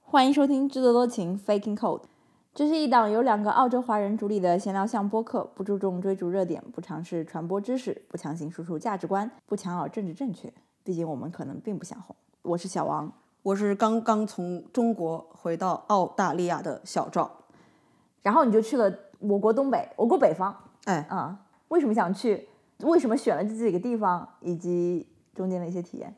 欢迎收听《制作多情 Faking Code》，这是一档由两个澳洲华人主理的闲聊向播客，不注重追逐热点，不尝试传播知识，不强行输出价值观，不强咬政治正确。毕竟我们可能并不想红。我是小王，我是刚刚从中国回到澳大利亚的小赵。然后你就去了我国东北，我国北方哎，啊、为什么想去？为什么选了这几个地方，以及中间的一些体验？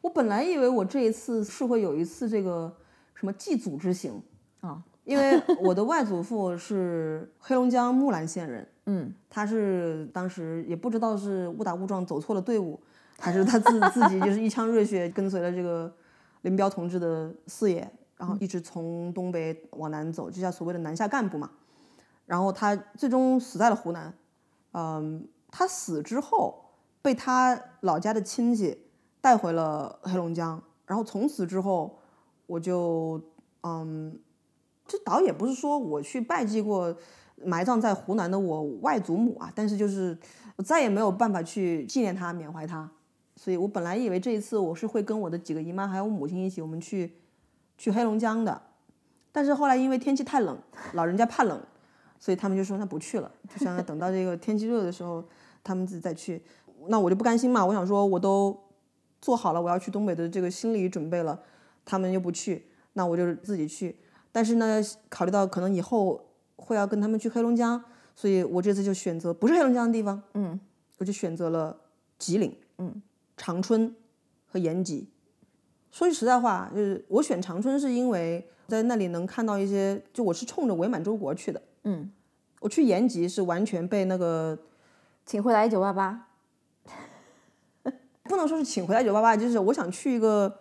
我本来以为我这一次是会有一次这个什么祭祖之行啊，因为我的外祖父是黑龙江木兰县人，嗯，他是当时也不知道是误打误撞走错了队伍，还是他自自己就是一腔热血跟随了这个林彪同志的四野，然后一直从东北往南走，就叫所谓的南下干部嘛。然后他最终死在了湖南。嗯，他死之后被他老家的亲戚带回了黑龙江，然后从此之后我就嗯，这倒也不是说我去拜祭过埋葬在湖南的我外祖母啊，但是就是我再也没有办法去纪念她、缅怀她，所以我本来以为这一次我是会跟我的几个姨妈还有我母亲一起，我们去去黑龙江的，但是后来因为天气太冷，老人家怕冷，所以他们就说那不去了，就想要等到这个天气热的时候，他们自己再去。那我就不甘心嘛，我想说我都做好了我要去东北的这个心理准备了，他们又不去，那我就自己去。但是呢，考虑到可能以后会要跟他们去黑龙江，所以我这次就选择不是黑龙江的地方，嗯，我就选择了吉林，嗯，长春和延吉。说句实在话，就是我选长春是因为在那里能看到一些，就我是冲着伪满洲国去的，嗯，我去延吉是完全被那个请回来一九八八。不能说是请回来九八八，就是我想去一个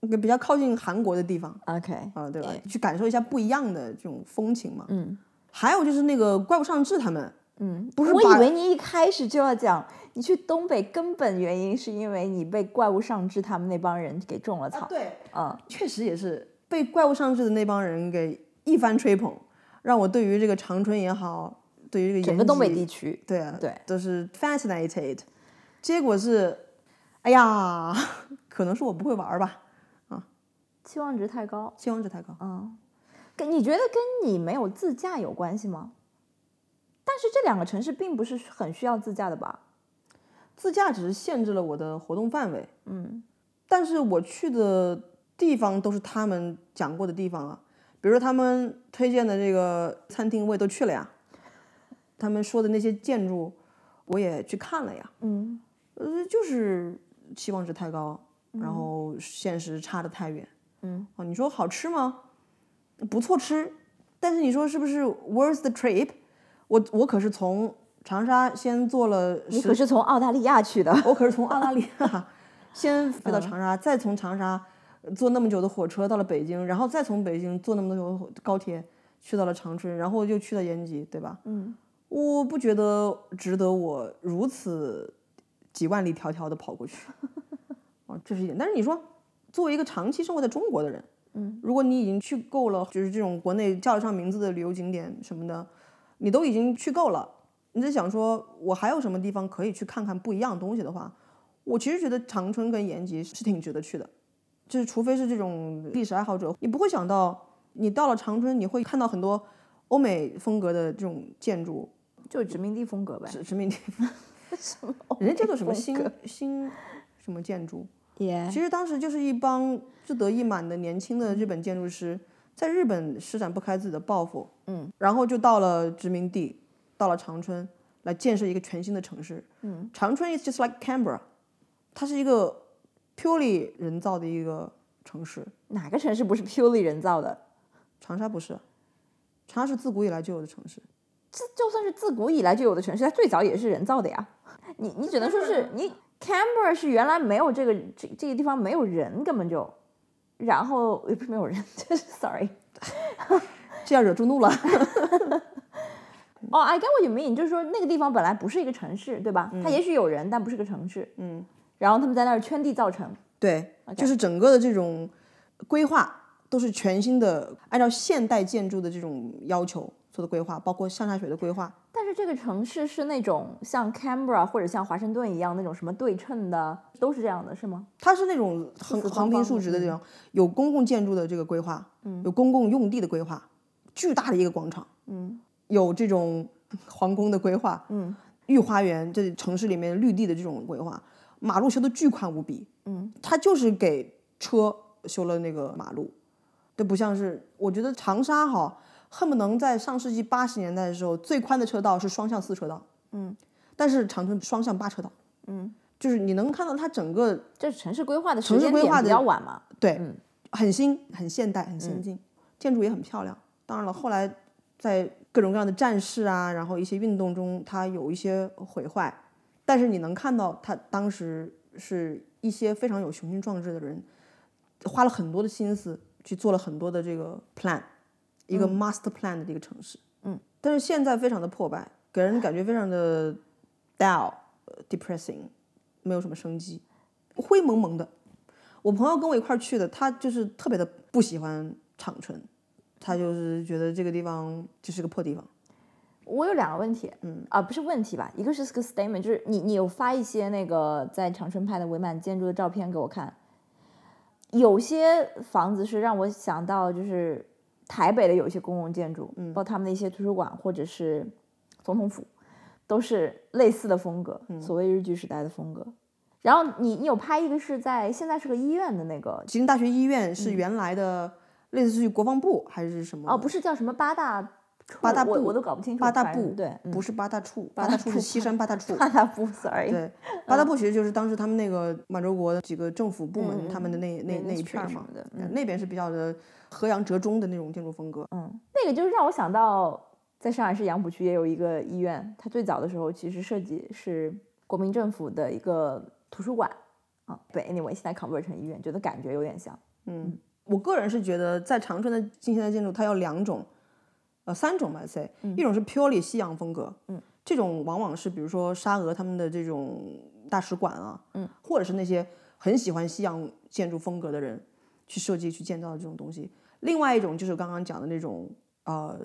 一个比较靠近韩国的地方 OK，啊、对吧？去感受一下不一样的这种风情嘛。嗯还有就是那个怪物上志他们，嗯，不是我把以为你一开始就要讲，你去东北根本原因是因为你被怪物上志他们那帮人给种了草。对，嗯，确实也是被怪物上志的那帮人给一番吹捧，让我对于这个长春也好，对于这个整延个东北吉地区，对啊，对，都是 fascinated。结果是，哎呀， 可能是我不会玩儿吧，期望值太高。期望值太高。嗯，跟你觉得跟你没有自驾有关系吗？但是这两个城市并不是很需要自驾的吧？自驾只是限制了我的活动范围，嗯但是我去的地方都是他们讲过的地方啊，比如说他们推荐的这个餐厅我也都去了呀，他们说的那些建筑我也去看了呀，嗯呃，就是期望值太高，然后现实差得太远。嗯，哦，你说好吃吗？不错吃，但是你说是不是 worth the trip？我我可是从长沙先坐了你十可是从澳大利亚去的。 我可是从澳大利亚先飞到嗯长沙，再从长沙呃坐那么久的火车到了北京，然后再从北京坐那么久的火高铁去到了长春，然后又去了延吉，对吧？嗯，我不觉得值得我如此几万里迢迢的跑过去，啊，这是一点。但是你说，作为一个长期生活在中国的人，嗯，如果你已经去够了，就是这种国内叫得上名字的旅游景点什么的，你都已经去够了，你在想说我还有什么地方可以去看看不一样的东西的话，我其实觉得长春跟延吉是挺值得去的，就是除非是这种历史爱好者，你不会想到你到了长春，你会看到很多欧美风格的这种建殖就殖民地风格呗。殖民地，什么？人家叫什么新 风格新什么建筑，耶其实当时就是一帮志得意满的年轻的日本建筑师，在日本施展不开自己的抱负，嗯，然后就到了殖民地，到了长春来建设一个全新的城市，嗯，长春 is just like Canberra，它是一个 purely 人造的一个城市，哪个城市不是 purely 人造的？长沙不是，长沙是自古以来就有的城市，这就算是自古以来就有的城市，它最早也是人造的呀。你你只能说是你 Canberra 是原来没有这个这这个地方没有人根本就，然后呃也不是没有人，就是 sorry。这要惹众怒了， 哦、i get what you mean，就是说那个地方本来不是一个城市，对吧？它也许有人，但不是个城市。嗯，然后他们在那儿圈地造城。对就是整个的这种规划都是全新的，按照现代建筑的这种要求做的规划，包括上下学的规划。但是是这个城市是那种像 Canberra 或者像华盛顿一样那种什么对称的，都是这样的，是吗？它是那种横四四方横平方竖的直的这嗯种，有公共建筑的这个规划，有公共用地的规划，巨大的一个广场，嗯有这种皇宫的规划，嗯御花园，这城市里面绿地的这种规划，马路修的巨宽无比，嗯，它就是给车修了那个马路，这不像是我觉得长沙哈，恨不能在上世纪八十年代的时候，最宽的车道是双向四车道，嗯，但是长春双向八车道，嗯，就是你能看到它整个这是城市规划的时城市间规点划比的较晚嘛？对，嗯很新、很现代、很先进，建筑也很漂亮。当然了，后来在各种各样的战事啊，然后一些运动中，它有一些毁坏，但是你能看到它当时是一些非常有雄心壮志的人，花了很多的心思去做了很多的这个 plan，一个 master plan 的一个城市。嗯，但是现在非常的破败，给人感觉非常的 down、depressing，没有什么生机，灰蒙蒙的。我朋友跟我一块儿去的，他就是特别的不喜欢长春，他就是觉得这个地方就是个破地方。我有两个问题，嗯啊，不是问题吧？一个是个 statement，就是你你有发一些那个在长春拍的伪满建筑的照片给我看，有些房子是让我想到就是台北的有一些公共建筑，嗯，包括他们的一些图书馆或者是总统府，都是类似的风格，嗯所谓日据时代的风格。然后你你有拍一个是在现在是个医院的那个吉林大学医院是原来的，类似于国防部还是什么？嗯哦，不是叫什么八大处八大我部我都搞不清楚八大反正部，对，嗯不是八大处，八大处是西山八大处。八大部 sorry，对，八大部其实就是当时他们那个满洲国的几个政府部门，嗯嗯他们的那那对那一片儿什嘛么，的，嗯呃那边是比较的河洋折中的那种建筑风格。嗯，那个就是让我想到，在上海市杨浦区也有一个医院，它最早的时候其实设计是国民政府的一个图书馆啊。对，anyway，现在 convert 成医院，觉得感觉有点像。嗯，我个人是觉得在长春的近现代建筑，它有两种，呃，三种吧，I say，、一种是 purely 西洋风格，嗯，这种往往是比如说沙俄他们的这种大使馆啊，嗯，或者是那些很喜欢西洋建筑风格的人去设计去建造的这种东西。另外一种就是刚刚讲的那种，呃，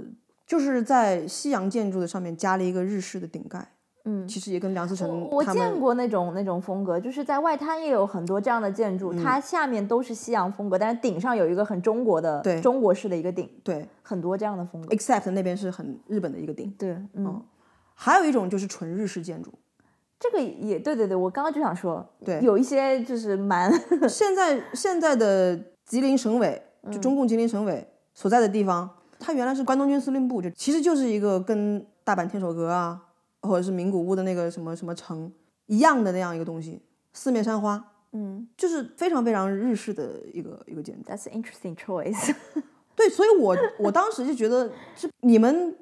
就是在西洋建筑的上面加了一个日式的顶盖，嗯，其实也跟梁思成我他见们过那种那种风格，就是在外滩也有很多这样的建筑，嗯它下面都是西洋风格，但是顶上有一个很中国的对中国式的一个顶，对很多这样的风格。 ，except 那边是很日本的一个顶，对，嗯，还有一种就是纯日式建筑。这个也对对对，我刚刚就想说，对有一些就是蛮 现在现在的吉林省委，就中共吉林省委所在的地方，它原来是关东军司令部，就其实就是一个跟大阪天守阁啊，或者是名古屋的那个什么什么城一样的那样一个东西，四面山花，嗯就是非常非常日式的一个一个建筑。 ，that's an interesting choice。 对，所以我我当时就觉得是你们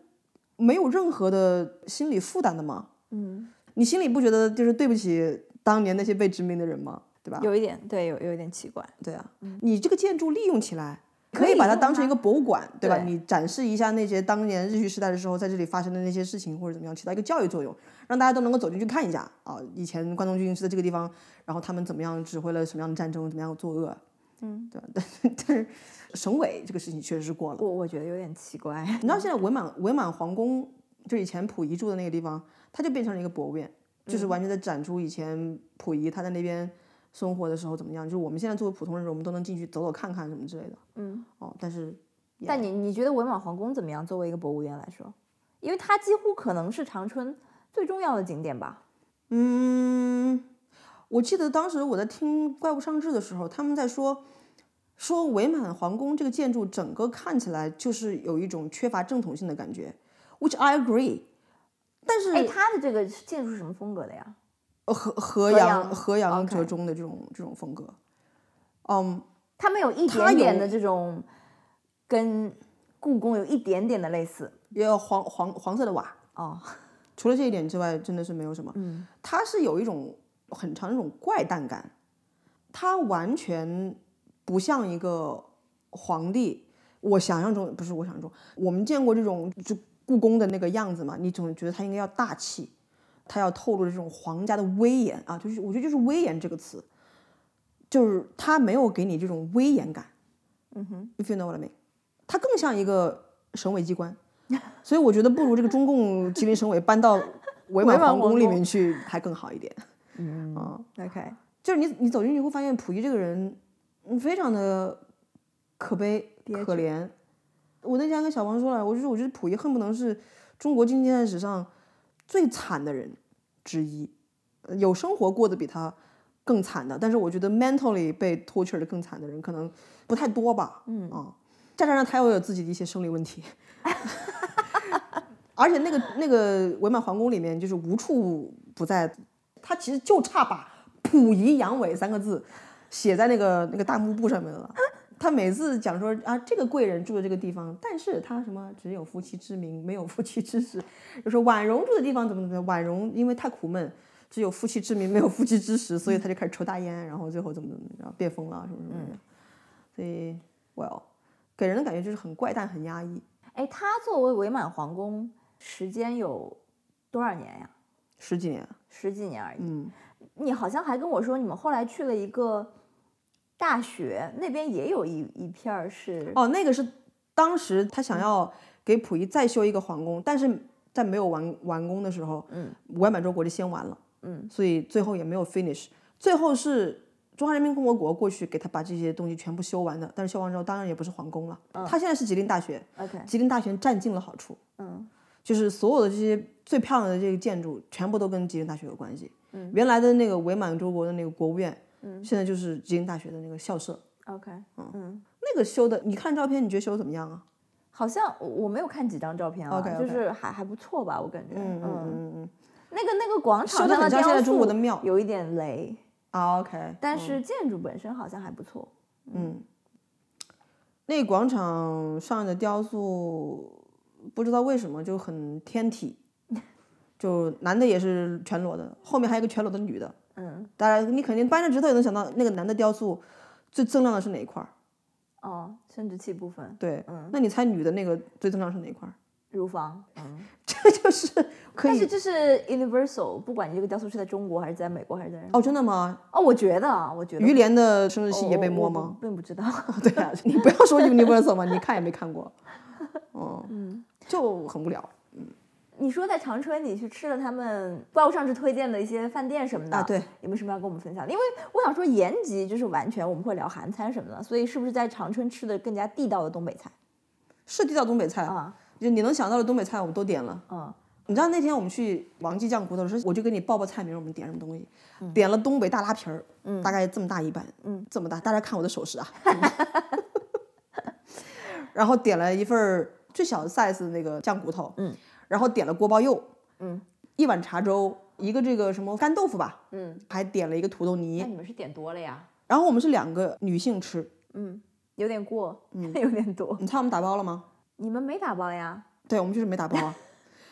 没有任何的心理负担的吗？嗯，你心里不觉得就是对不起当年那些被殖民的人吗？对吧？有一点，对，有有一点奇怪。对啊，你这个建筑利用起来，可嗯以以把它用当成一它个博物馆，对吧？对你展示一下那些当年日据时代的时候在这里发生的那些事情，或者怎么样，起到一个教育作用，让大家都能够走进去看一下啊。以前关东军是在这个地方，然后他们怎么样指挥了什么样的战争，怎么样作恶，嗯，对吧？但是但是 省委这个事情确实是过了。我我觉得有点奇怪。 你知道现在伪满伪满皇宫，就以前溥仪住的那个地方，它就变成了一个博物院，嗯就是完全在展出以前溥仪他在那边生活的时候怎么样。就是我们现在作为普通人，我们都能进去走走看看什么之类的。嗯，哦，但是但你你觉得伪满皇宫怎么样？作为一个博物院来说，因为它几乎可能是长春最重要的景点吧。嗯，我记得当时我在听《怪物上志》的时候，他们在说说伪满皇宫这个建筑整个看起来就是有一种缺乏正统性的感觉，which I agree。但是哎，它的这个建筑是什么风格的呀？呃河河洋洋河洋 OK 折中的这种这种风格。嗯，它们有一它点点有的这种跟故宫有一点点的类似也有黄黄黄色的瓦，哦。除了这一点之外，真的是没有什么。嗯它是有一种很长的那种怪诞感，它完全不像一个皇帝。我想象中不是我想象中，我们见过这种就故宫的那个样子嘛，你总觉得它应该要大气，它要透露这种皇家的威严啊，就是我觉得就是威严这个词，就是它没有给你这种威严感。嗯哼， if you know what I mean，它更像一个省委机关，所以我觉得不如这个中共吉林省委搬到 伪满满皇皇宫里宫面去还更好一点。 OK，就是你你走进去会发现溥仪这个人，嗯，非常的可悲憋可怜。我那天还跟小王说了，我就说我觉得溥仪恨不能是中国经济战史上最惨的人之一，呃有生活过得比他更惨的，但是我觉得 mentally 被 torture 的更惨的人可能不太多吧。嗯啊，再加上他又有自己的一些生理问题。 而且那个那个伪满皇宫里面就是无处不在，他其实就差把“溥仪阳痿”三个字写在那个那个大幕布上面了。他每次讲说啊，这个贵人住的这个地方，但是他什么只有夫妻之名，没有夫妻之实。就说婉容住的地方怎么怎么样，婉容因为太苦闷，只有夫妻之名，没有夫妻之实，所以他就开始抽大烟，然后最后怎么怎么，然后变疯了什么什么的。所以，well，给人的感觉就是很怪诞，很压抑。哎，他作为伪满皇宫时间有多少年呀？十几年，十几年而已。嗯，你好像还跟我说，你们后来去了一个大学，那边也有一一片儿是哦，那个是当时他想要给溥仪再修一个皇宫，但是在没有完完工的时候，嗯，伪满洲国就先完了，嗯，所以最后也没有 finish。最后是中华人民共和国过去给他把这些东西全部修完的，但是修完之后当然也不是皇宫了，嗯他现在是吉林大学， OK，吉林大学占尽了好处，嗯，就是所有的这些最漂亮的这个建筑，全部都跟吉林大学有关系。嗯，原来的那个伪满洲国的那个国务院，嗯，现在就是吉林大学的那个校舍。 OK，嗯，那个修的，你看照片，你觉得修得怎么样啊？好像我我没有看几张照片啊 OK，OK 就是还还不错吧，我感觉，嗯嗯嗯那个那个广场修得上的很像雕现在中国塑的庙有一点雷，啊，OK。但是建筑本身好像还不错。那广场上的雕塑，不知道为什么就很天 体，就男的也是全裸的，后面还有一个全裸的女的。嗯，当然，你肯定掰着指头也能想到那个男的雕塑最锃亮的是哪一块儿。哦，生殖器部分，对，那你猜女的那个最锃亮是哪一块儿？乳房，嗯，这就是可但以是这是 universal，不管你这个雕塑是在中国还是在美国还是在 哦，真的吗？哦，我觉得啊，我觉得于连的生殖器我也被我摸我吗？不并不知道。对啊， 你不要说 Universal 嘛，你看也没看 过，嗯就很无聊你说在长春你去吃了他们报上次推荐的一些饭店什么的，啊。，对，有没有什么要跟我们分享的？因为我想说延吉就是完全我们会聊韩餐什么的，所以是不是在长春吃的更加地道的东北菜是地道东北菜，啊？就你能想到的东北菜我们都点了。嗯，你知道那天我们去王记酱骨头的时候，我就给你报报菜名，我们点什么东西，嗯点了东北大拉皮儿，大概这么大一半，嗯，这么大，大家看我的手势 啊。然后点了一份儿最小的 size 的那个酱骨头，嗯，然后点了锅包肉，嗯，一碗茶粥，一个这个什么干豆腐吧，嗯，还点了一个土豆泥那，你们是点多了呀？然后我们是两个女性吃，嗯，有点过，嗯 有点多。你猜我们打包了吗？你们没打包呀？对，我们就是没打包 啊。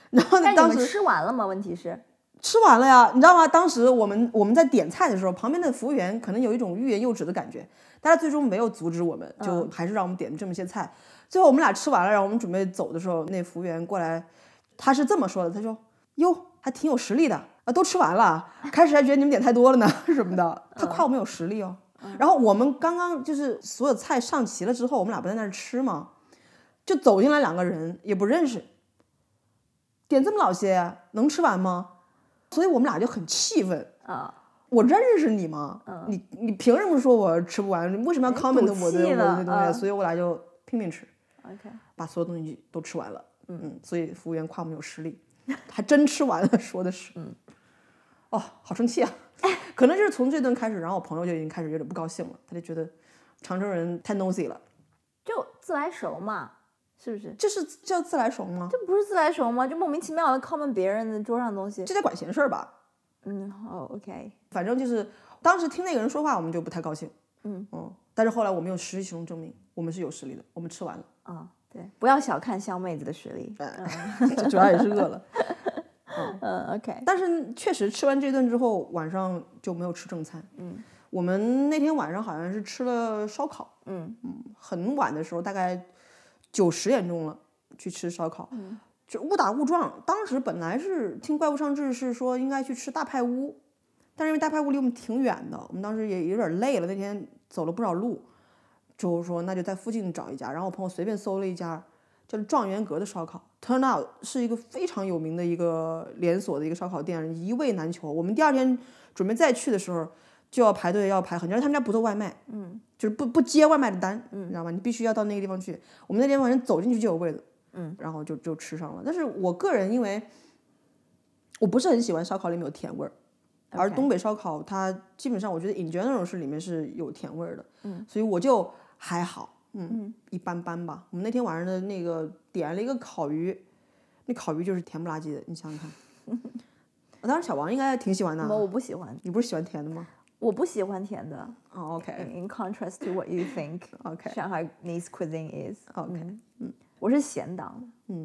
然后呢，但你当们时吃完了吗？问题是，吃完了呀，你知道吗？当时我们我们在点菜的时候，旁边的服务员可能有一种欲言又止的感觉，但是最终没有阻止我们，就还是让我们点这么些菜。最后我们俩吃完了，然后我们准备走的时候，那服务员过来，他是这么说的：“他说，哟，还挺有实力的啊，都吃完了，开始还觉得你们点太多了呢 什么的。”他夸我们有实力哦。然后我们刚刚就是所有菜上齐了之后，我们俩不在那儿吃嘛，就走进来两个人也不认识，点这么老些，能吃完吗？所以我们俩就很气愤。啊，我真认识你吗？你你凭什么说我吃不完？你为什么要嗯哎 comment 赌我的气我的了东西？嗯所以我俩就拼命吃， OK，把所有东西都吃完了。嗯所以服务员夸我们有实力，还真吃完了， 说的是。嗯，哦，好生气啊！哎可能就是从这顿开始，然后我朋友就已经开始有点不高兴了，他就觉得常州人太 nosy 了。就自来熟嘛，是不是？这是叫自来熟吗？这不是自来熟吗？就莫名其妙的 comment 别人的桌上的东西。这叫管闲事儿吧？嗯，哦，OK，反正就是当时听那个人说话，我们就不太高兴。嗯但是后来我们用实际行动证明我们是有实力的，我们吃完了，啊、对，不要小看肖妹子的实力。嗯这主要也是饿了。嗯，OK，但是确实吃完这顿之后，晚上就没有吃正餐。嗯，我们那天晚上好像是吃了烧烤，嗯，很晚的时候，大概九十点钟了，去吃烧烤，就误打误撞。当时本来是听怪物上志是说应该去吃大派屋，但是因为大派屋离我们挺远的，我们当时也有点累了，那天走了不少路，就说那就在附近找一家。然后我朋友随便搜了一家就是状元阁的烧烤。Turn out 是一个非常有名的一个连锁的一个烧烤店，一味难求。我们第二天准备再去的时候，就要排队，要排很久。而且他们家不做外卖，嗯，就是不不接外卖的单，嗯，你知道吗？你必须要到那个地方去。我们那地方反正走进去就有位子，嗯，然后就就吃上了。但是我个人因为我不是很喜欢烧烤里面有甜味儿。而东北烧烤，它基本上我觉得 in general 是里面是有甜味儿的，嗯，所以我就还好，嗯，一般般吧。我们那天晚上的那个点了一个烤鱼，那烤鱼就是甜不拉几的，你想想看。 我当时小王应该挺喜欢的啊，我不喜欢，你不是喜欢甜的吗？我不喜欢甜的。哦，OK、o k In contrast to what you think, OK Shanghainese cuisine is OK，嗯我是咸党的，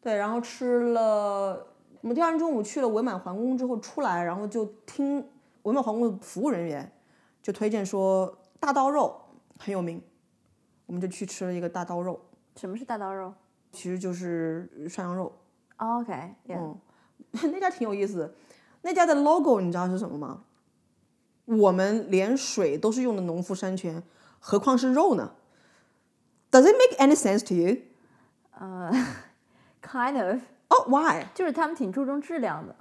对，然后吃了，我们第二天中午去了伪满皇宫之后出来，然后就听伪满皇宫的服务人员就推荐说大刀肉很有名，我们就去吃了一个大刀肉，什么是大刀肉其实就是涮羊肉。 哦？OK，yeah，嗯，那家挺有意思的，那家的 logo 你知道是什么吗？我们连水都是用的农夫山泉，何况是肉呢？Does it make any sense to you? 呃 ，kind of， Oh, why? 就是他们挺注重质量的，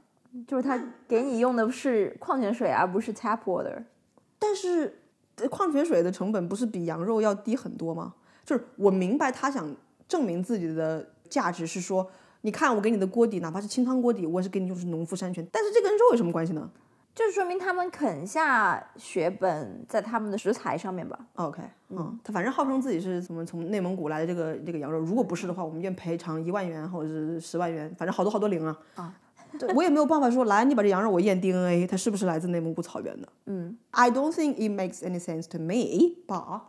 就是他给你用的是矿泉水，而不是 tap water。但是呃矿泉水的成本不是比羊肉要低很多吗？就是我明白他想证明自己的价值是说，你看我给你的锅底，哪怕是清汤锅底，我也是给你用的是农夫山泉，但是这跟肉有什么关系呢就是说明他们肯下血本在他们的食材上面吧。 ？OK，嗯，他反正号称自己是什么从内蒙古来的这个这个羊肉，如果不是的话，我们愿赔偿一万元或者是十万元，反正好多好多零啊。啊， 对我也没有办法说，来你把这羊肉我验 DNA，它是不是来自内蒙古草原的？嗯 I don't think it makes any sense to me, but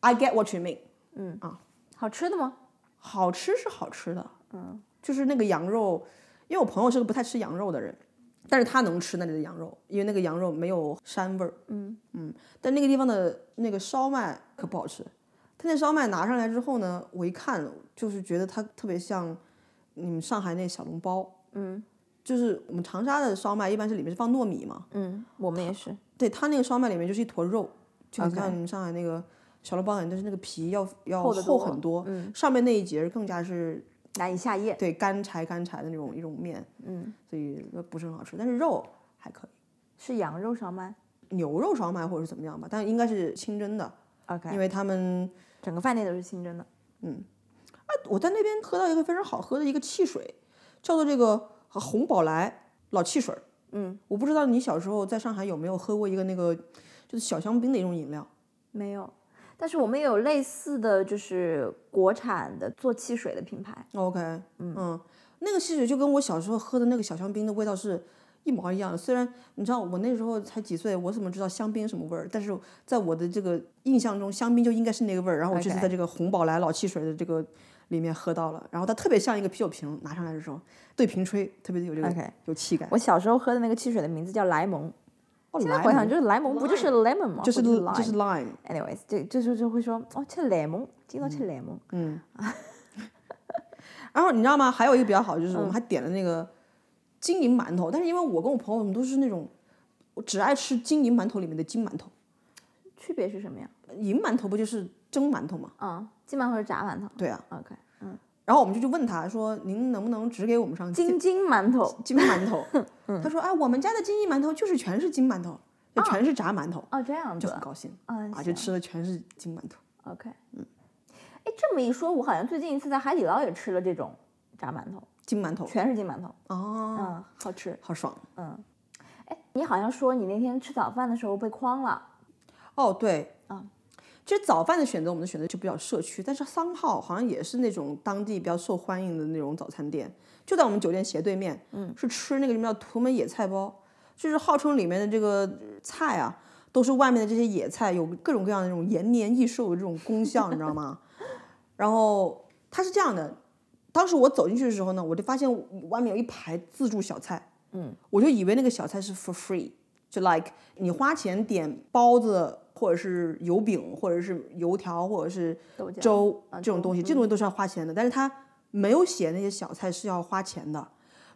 I get what you mean. 嗯啊，好吃的吗？好吃是好吃的，嗯，就是那个羊肉，因为我朋友是个不太吃羊肉的人，但是他能吃那里的羊肉，因为那个羊肉没有膻味儿，嗯嗯，但那个地方的那个烧麦可不好吃，他那烧麦拿上来之后呢，我一看就是觉得它特别像你们上海那小笼包，嗯就是我们长沙的烧麦一般是里面是放糯米嘛，嗯，我们也是。对，它那个烧麦里面就是一坨肉，就很 OK 像你们上海那个小笼包，但是那个皮要要厚得厚多很多，嗯上面那一节更加是难以下咽。对干柴干柴的那种一种面，嗯，所以不是很好吃，但是肉还可以，是羊肉烧麦。牛肉烧麦或者是怎么样吧，但应该是清真的， OK，因为他们整个饭店都是清真的。啊，我在那边喝到一个非常好喝的一个汽水，叫做这个啊红宝来老汽水儿，嗯，我不知道你小时候在上海有没有喝过一个那个就是小香槟的一种饮料，没有。但是我们也有类似的就是国产的做汽水的品牌， OK，嗯那个汽水就跟我小时候喝的那个小香槟的味道是一毛一样的。虽然你知道我那时候才几岁，我怎么知道香槟什么味儿？但是在我的这个印象中，香槟就应该是那个味儿。然后我这次 OK 在这个红宝来老汽水的这个里面喝到了，然后它特别像一个啤酒瓶，拿上来的时候对瓶吹，特别的有这个 OK 有气感。我小时候喝的那个汽水的名字叫莱蒙。哦现在莱回想，姆就是莱蒙不就是 lemon 吗？或就者是是就是 lime。 lime， Anyways，就就是就会说哦，吃莱蒙，今早吃莱蒙。嗯。然后你知道吗？还有一个比较好，就是我嗯们还点了那个金银馒头，但是因为我跟我朋友我们都是那种，我只爱吃金银馒头里面的金馒头，区别是什么呀？银馒头不就是蒸馒头吗？啊，金馒头是炸馒头。对啊。 OK，然后我们就去问他说：“您能不能只给我们上金金馒头。金馒 头？”他说：“哎，我们家的金银馒头就是全是金馒头，就全是炸馒头，哦，这样就子很。啊高兴嗯，啊，就行吃的全是金馒头。 OK，嗯，哎，这么一说，我好像最近一次在海底捞也吃了这种炸馒头，金馒头全是金馒头，哦，嗯，好吃。好爽哎，你好像说你那天吃早饭的时候被诓了，哦，对，啊其实早饭的选择，我们的选择就比较社区，但是桑浩好像也是那种当地比较受欢迎的那种早餐店，就在我们酒店斜对面，嗯，是吃那个什么叫图门野菜包，就是号称里面的这个菜啊，都是外面的这些野菜有各种各样的那种延年益寿的这种功效，你知道吗？ 然后它是这样的，当时我走进去的时候呢，我就发现外面有一排自助小菜，嗯，我就以为那个小菜是 for free，就 like 你花钱点包子或者是油饼或者是油条或者是豆浆粥啊这种粥东西，这东西都是要花钱的，但是它没有写那些小菜是要花钱的。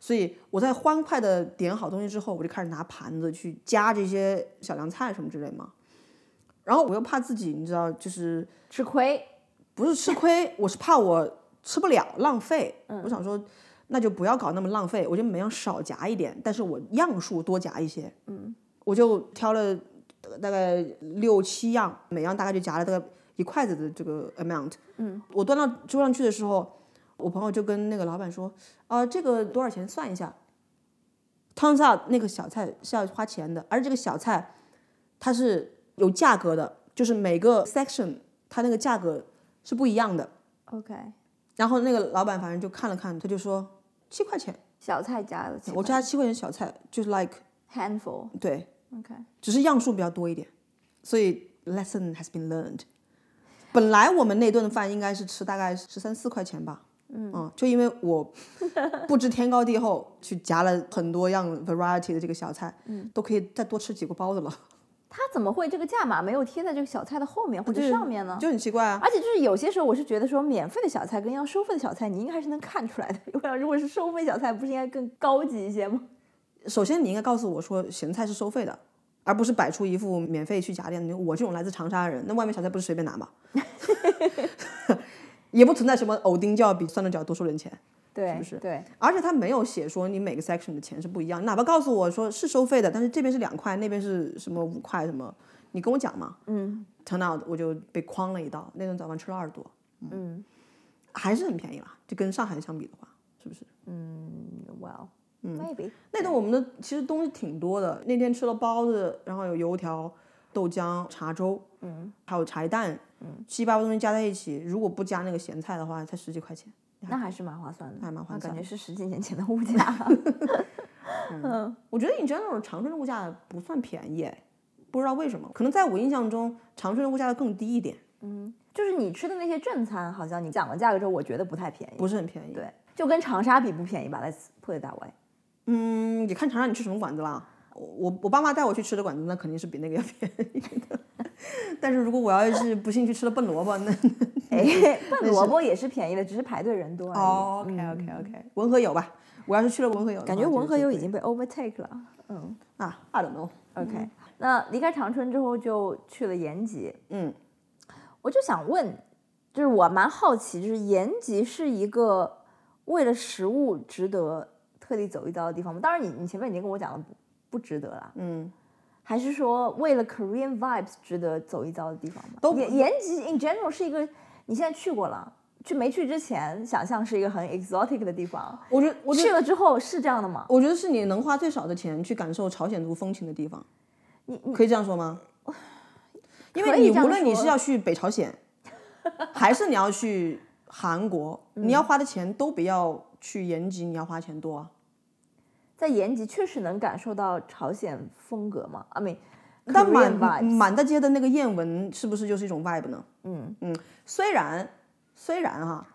所以我在欢快的点好东西之后，我就开始拿盘子去夹这些小凉菜什么之类嘛。然后我又怕自己，你知道，就是吃亏。不是吃亏， 我是怕我吃不了，浪费。我想说，那就不要搞那么浪费，我就每样少夹一点，但是我样数多夹一些。嗯，我就挑了呃大概六七样，每样大概就夹了大概一筷子的这个 amount。嗯，我端到桌上去的时候，我朋友就跟那个老板说：“啊、这个多少钱？算一下。” Turns out 那个小菜是要花钱的，而这个小菜它是有价格的，就是每个 section 它那个价格是不一样的。 OK，然后那个老板反正就看了看，他就说七块钱，小菜夹了几我加七块钱小菜，就是 like handful。对， OK，只是样数比较多一点，所以 lesson has been learned。本来我们那顿饭应该是吃大概十三四块钱吧，嗯就因为我不知天高地厚去夹了很多样 variety 的这个小菜，嗯，都可以再多吃几个包子了，它怎么会这个价码没有贴在这个小菜的后面或者上面呢？就很奇怪啊。而且就是有些时候，我是觉得说免费的小菜跟要收费的小菜，你应该还是能看出来的。 我想，如果是收费小菜，不是应该更高级一些 吗？首先你应该告诉我说咸菜是收费的，而不是摆出一副免费去夹店。你我这种来自长沙的人，那外面小菜不是随便拿吗？ 也不存在什么藕丁教比酸豆角多收人钱，对，是不是对，而且他没有写说你每个 section 的钱是不一样，哪怕告诉我说是收费的，但是这边是两块，那边是什么五块什么，你跟我讲嘛。嗯 Turn out 我就被诓了一道，那顿早饭吃了二十多，嗯还是很便宜啦，就跟上海相比的话，是不是？嗯，Well，maybe，嗯那顿我们的其实东西挺多的，那天吃了包子，然后有油条、豆浆、茶粥，嗯，还有茶叶蛋，嗯，七八个东西加在一起，如果不加那个咸菜的话，才十几块钱。那还是蛮划算的，还蛮划那算感的觉是十几年前的物价。啊我觉得 in general 长春的物价不算便宜，哎不知道为什么，可能在我印象中长春的物价要更低一点， 就是你吃的那些正餐，好像你讲了价格之后，我觉得不太便宜。不是很便宜。对，就跟长沙比不便宜吧，Let's put it that way。嗯，也看长沙你吃什么馆子啦。我我爸妈带我去吃的馆子，那肯定是比那个要 便宜的。但是如果我要是不幸去吃了笨萝卜，那 哎，笨萝卜也是便宜的，只是排队人多而已。哦嗯 OK OK OK，文和友吧。我要是去了文和友的话，感觉文和友已经经被 overtake 了。嗯啊，I don't know。 ，OK、那离开长春之后就去了延吉，嗯，我就想问，就是我蛮好奇，就是延吉是一个为了食物值得特地走一遭的地方吗？当然你，你前面已经跟我讲了不不值得啦，嗯，还是说为了 Korean vibes 值得走一遭的地方吗？都不延延吉 in general 是一个，你现在去过了，去没去之前想象是一个很 exotic 的地方，我觉得我觉去得了之后是这样的吗？我觉得是你能花最少的钱去感受朝鲜族风情的地方，你你可以这样说吗？因可为以你这样无论你说是要去北朝 鲜，还是你要去韩国，嗯你要花的钱都比要去延吉你要花钱多啊。在延吉确实能感受到朝鲜风格嘛？I mean，但 Korean 满 vibes 满大街的那个谚文是不是就是一种 vibe 呢？嗯嗯，虽然虽然哈、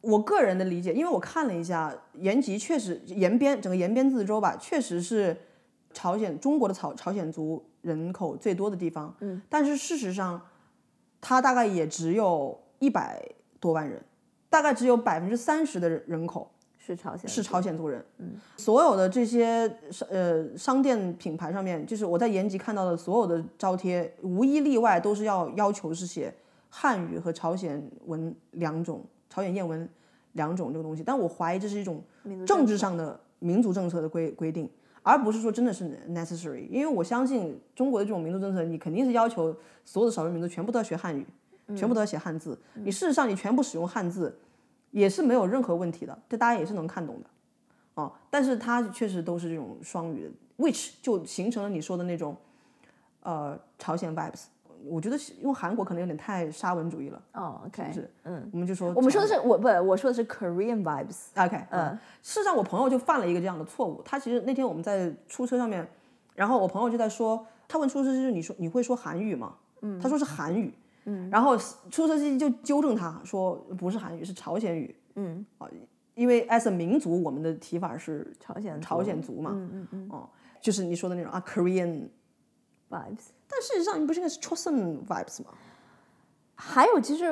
我个人的理解，因为我看了一下延吉，确实延边整个延边自治州吧，确实是朝鲜中国的朝朝鲜族人口最多的地方。嗯，但是事实上，它大概也只有一百多万人，大概只有百分之三十的人人口。是朝鲜是朝鲜族人。嗯，所有的这些商呃商店品牌上面，就是我在延吉看到的所有的招贴，无一例外都是要要求是写汉语和朝鲜文两种，朝鲜谚文两种这个东西。但我怀疑这是一种民族政治上的民族政策的规规定，而不是说真的是 necessary。因为我相信中国的这种民族政策，你肯定是要求所有的少数民族全部都要学汉语，全部都要写汉字。你事实上你全部使用汉字，也是没有任何问题的，这大家也是能看懂的。哦，但是它确实都是这种双语的，which 就形成了你说的那种，呃，朝鲜 vibes。我觉得是用韩国可能有点太沙文主义了，哦是不，OK，是？嗯，我们就说我们说的是我不，我说的是 Korean vibes。 OK，嗯，事实上我朋友就犯了一个这样的错误。他其实那天我们在出租车上面，然后我朋友就在说，他问出租车司机你说你会说韩语吗？嗯，他说是韩语，嗯，然后出租车司机就纠正他说不是韩语，是朝鲜语，啊嗯，因为 as a 民族我们的提法是朝鲜朝鲜族嘛，嗯嗯嗯就是你说的那种啊 Korean， ，vibes。但事实上你不是应该是 Chosen vibes 吗？还有，其实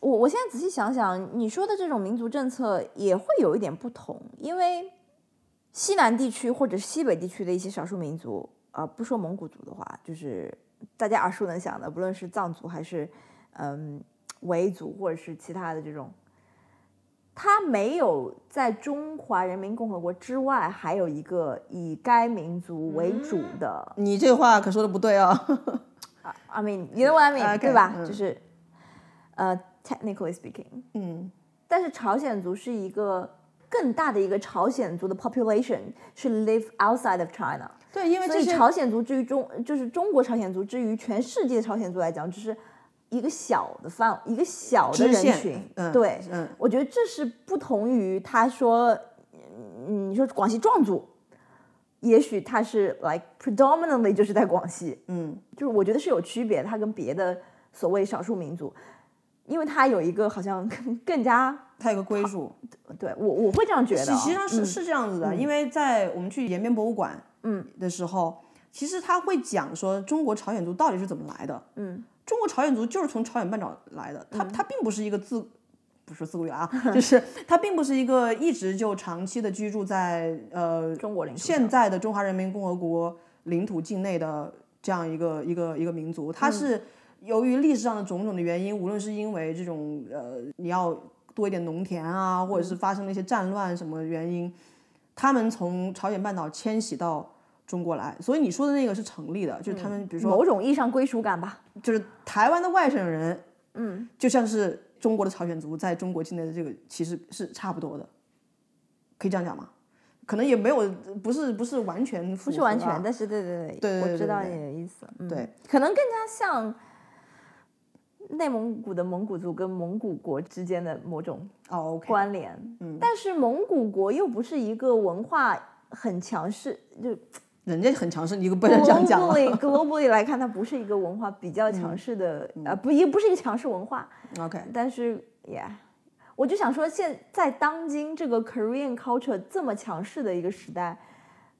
我我现在仔细想想，你说的这种民族政策也会有一点不同，因为西南地区或者是西北地区的一些少数民族，啊、不说蒙古族的话，就是大家耳熟能详的，不论是藏族还是嗯维族或者是其他的这种，他没有在中华人民共和国之外还有一个以该民族为主嗯的、你这话可说的不对啊！ i mean you know what I mean，、 OK，对吧？嗯就是呃，technically speaking，嗯，但是朝鲜族是一个更大的一个朝鲜族的 population 是 live outside of China。对，因为所这以些朝鲜族之于中，就是中国朝鲜族之于全世界朝鲜族来讲，只是一个小的范，一个小的支人线群。嗯对，嗯我觉得这是不同于他说，嗯，你说广西壮族，也许他是 like predominantly 就是在广西，嗯，就是我觉得是有区别的，它跟别的所谓少数民族，因为它有一个好像 更更加，它有个归属，对我我会这样觉得其啊，实际上是、嗯是这样子的，因为在我们去延边博物馆嗯的时候，其实他会讲说中国朝鲜族到底是怎么来的。嗯，中国朝鲜族就是从朝鲜半岛来的，它它并不是一个自。不是自古以来 啊，就是它并不是一个一直就长期的居住在呃中国领土现在的中华人民共和国领土境内的这样一个一个一个民族，它是由于历史上的种种的原因，无论是因为这种呃你要多一点农田啊，或者是发生了一些战乱什么原因，他们从朝鲜半岛迁徙到中国来，所以你说的那个是成立的，就是他们比如说某种意义上归属感吧，就是台湾的外省人，嗯，就像是中国的朝鲜族在中国境内的这个其实是差不多的，可以这样讲吗？可能也没有，不是不是完全符合啊、不是完全，但是对对对，对对我对知道对你的意思。嗯、对，可能更加像内蒙古的蒙古族跟蒙古国之间的某种哦，OK，关联。嗯，但是蒙古国又不是一个文化很强势，就人家很强势，你不能这样讲了。 globally globally 来看，它不是一个文化比较强势的，嗯呃，不也不是一个强势文化， OK，但是，yeah，我就想说，现在当今这个 Korean culture 这么强势的一个时代，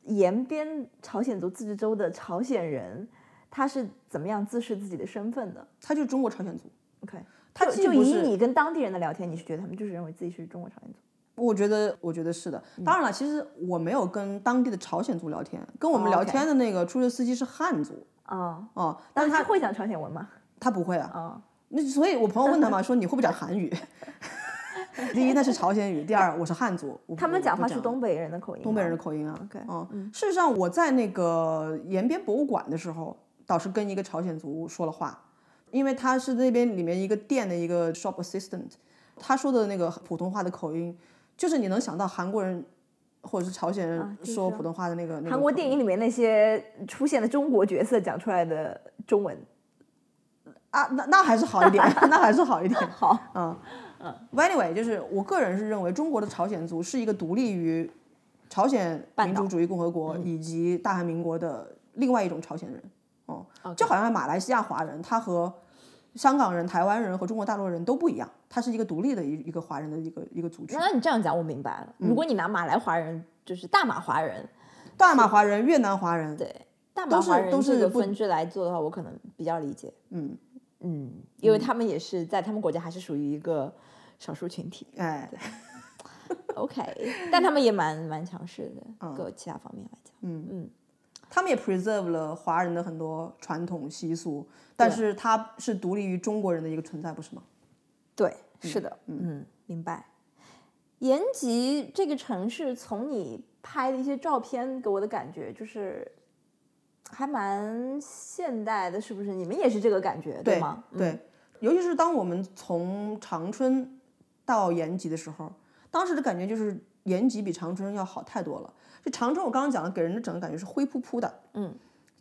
延边朝鲜族自治州的朝鲜人，他是怎么样自视自己的身份的他就是中国朝鲜族， ？OK，他就既就不以是你跟当地人的聊天，你是觉得他们就是认为自己是中国朝鲜族？我觉得，我觉得是的。嗯当然了，其实我没有跟当地的朝鲜族聊天，跟我们哦聊 OK 天的那个出租车司机是汉族啊、哦，但但他他会讲朝鲜文吗？他不会啊。啊、那所以，我朋友问 他嘛，说你会不会讲韩语？ 第一，那是朝鲜语；第二，我是汉族。我不他们我讲不话是了东北人的口音吗，东北人的口音啊。 OK，嗯哦事实上我在那个延边博物馆的时候，倒是跟一个朝鲜族说了话，因为他是那边里面一个店的一个 shop assistant，他说的那个普通话的口音，就是你能想到韩国人或者是朝鲜啊人就是说普通话的那个、那个韩国口音电影里面那些出现的中国角色讲出来的中文，啊，那那还是好一点， 那还是好一点。好，嗯嗯。But anyway，就是我个人是认为中国的朝鲜族是一个独立于朝鲜半民岛嗯主主义共和国以及大韩民国的另外一种朝鲜人。哦、就好像马来西亚华人，他和香港人、台湾人和中国大陆人都不一样，他是一个独立的一一个华人的一个一个族群。那你这样讲，我明白了。嗯如果你拿马来华人，就是大马华人，大马华人、越南华人，对大马是华人都这是个不分支来做的话，我可能比较理解。嗯，嗯，因为他们也是在他们国家还是属于一个少数群体。哎， OK，但他们也蛮蛮强势的，嗯各其他方面来讲。他们也 preserve 了华人的很多传统习俗，但是它是独立于中国人的一个存在，不是吗？对，是的，嗯，明白。延吉这个城市，从你拍的一些照片给我的感觉就是。还蛮现代的，是不是？你们也是这个感觉，对吗？嗯对，尤其是当我们从长春到延吉的时候，当时的感觉就是延吉比长春要好太多了。就长春，我刚刚讲了，给人的整个感觉是灰扑扑的，嗯，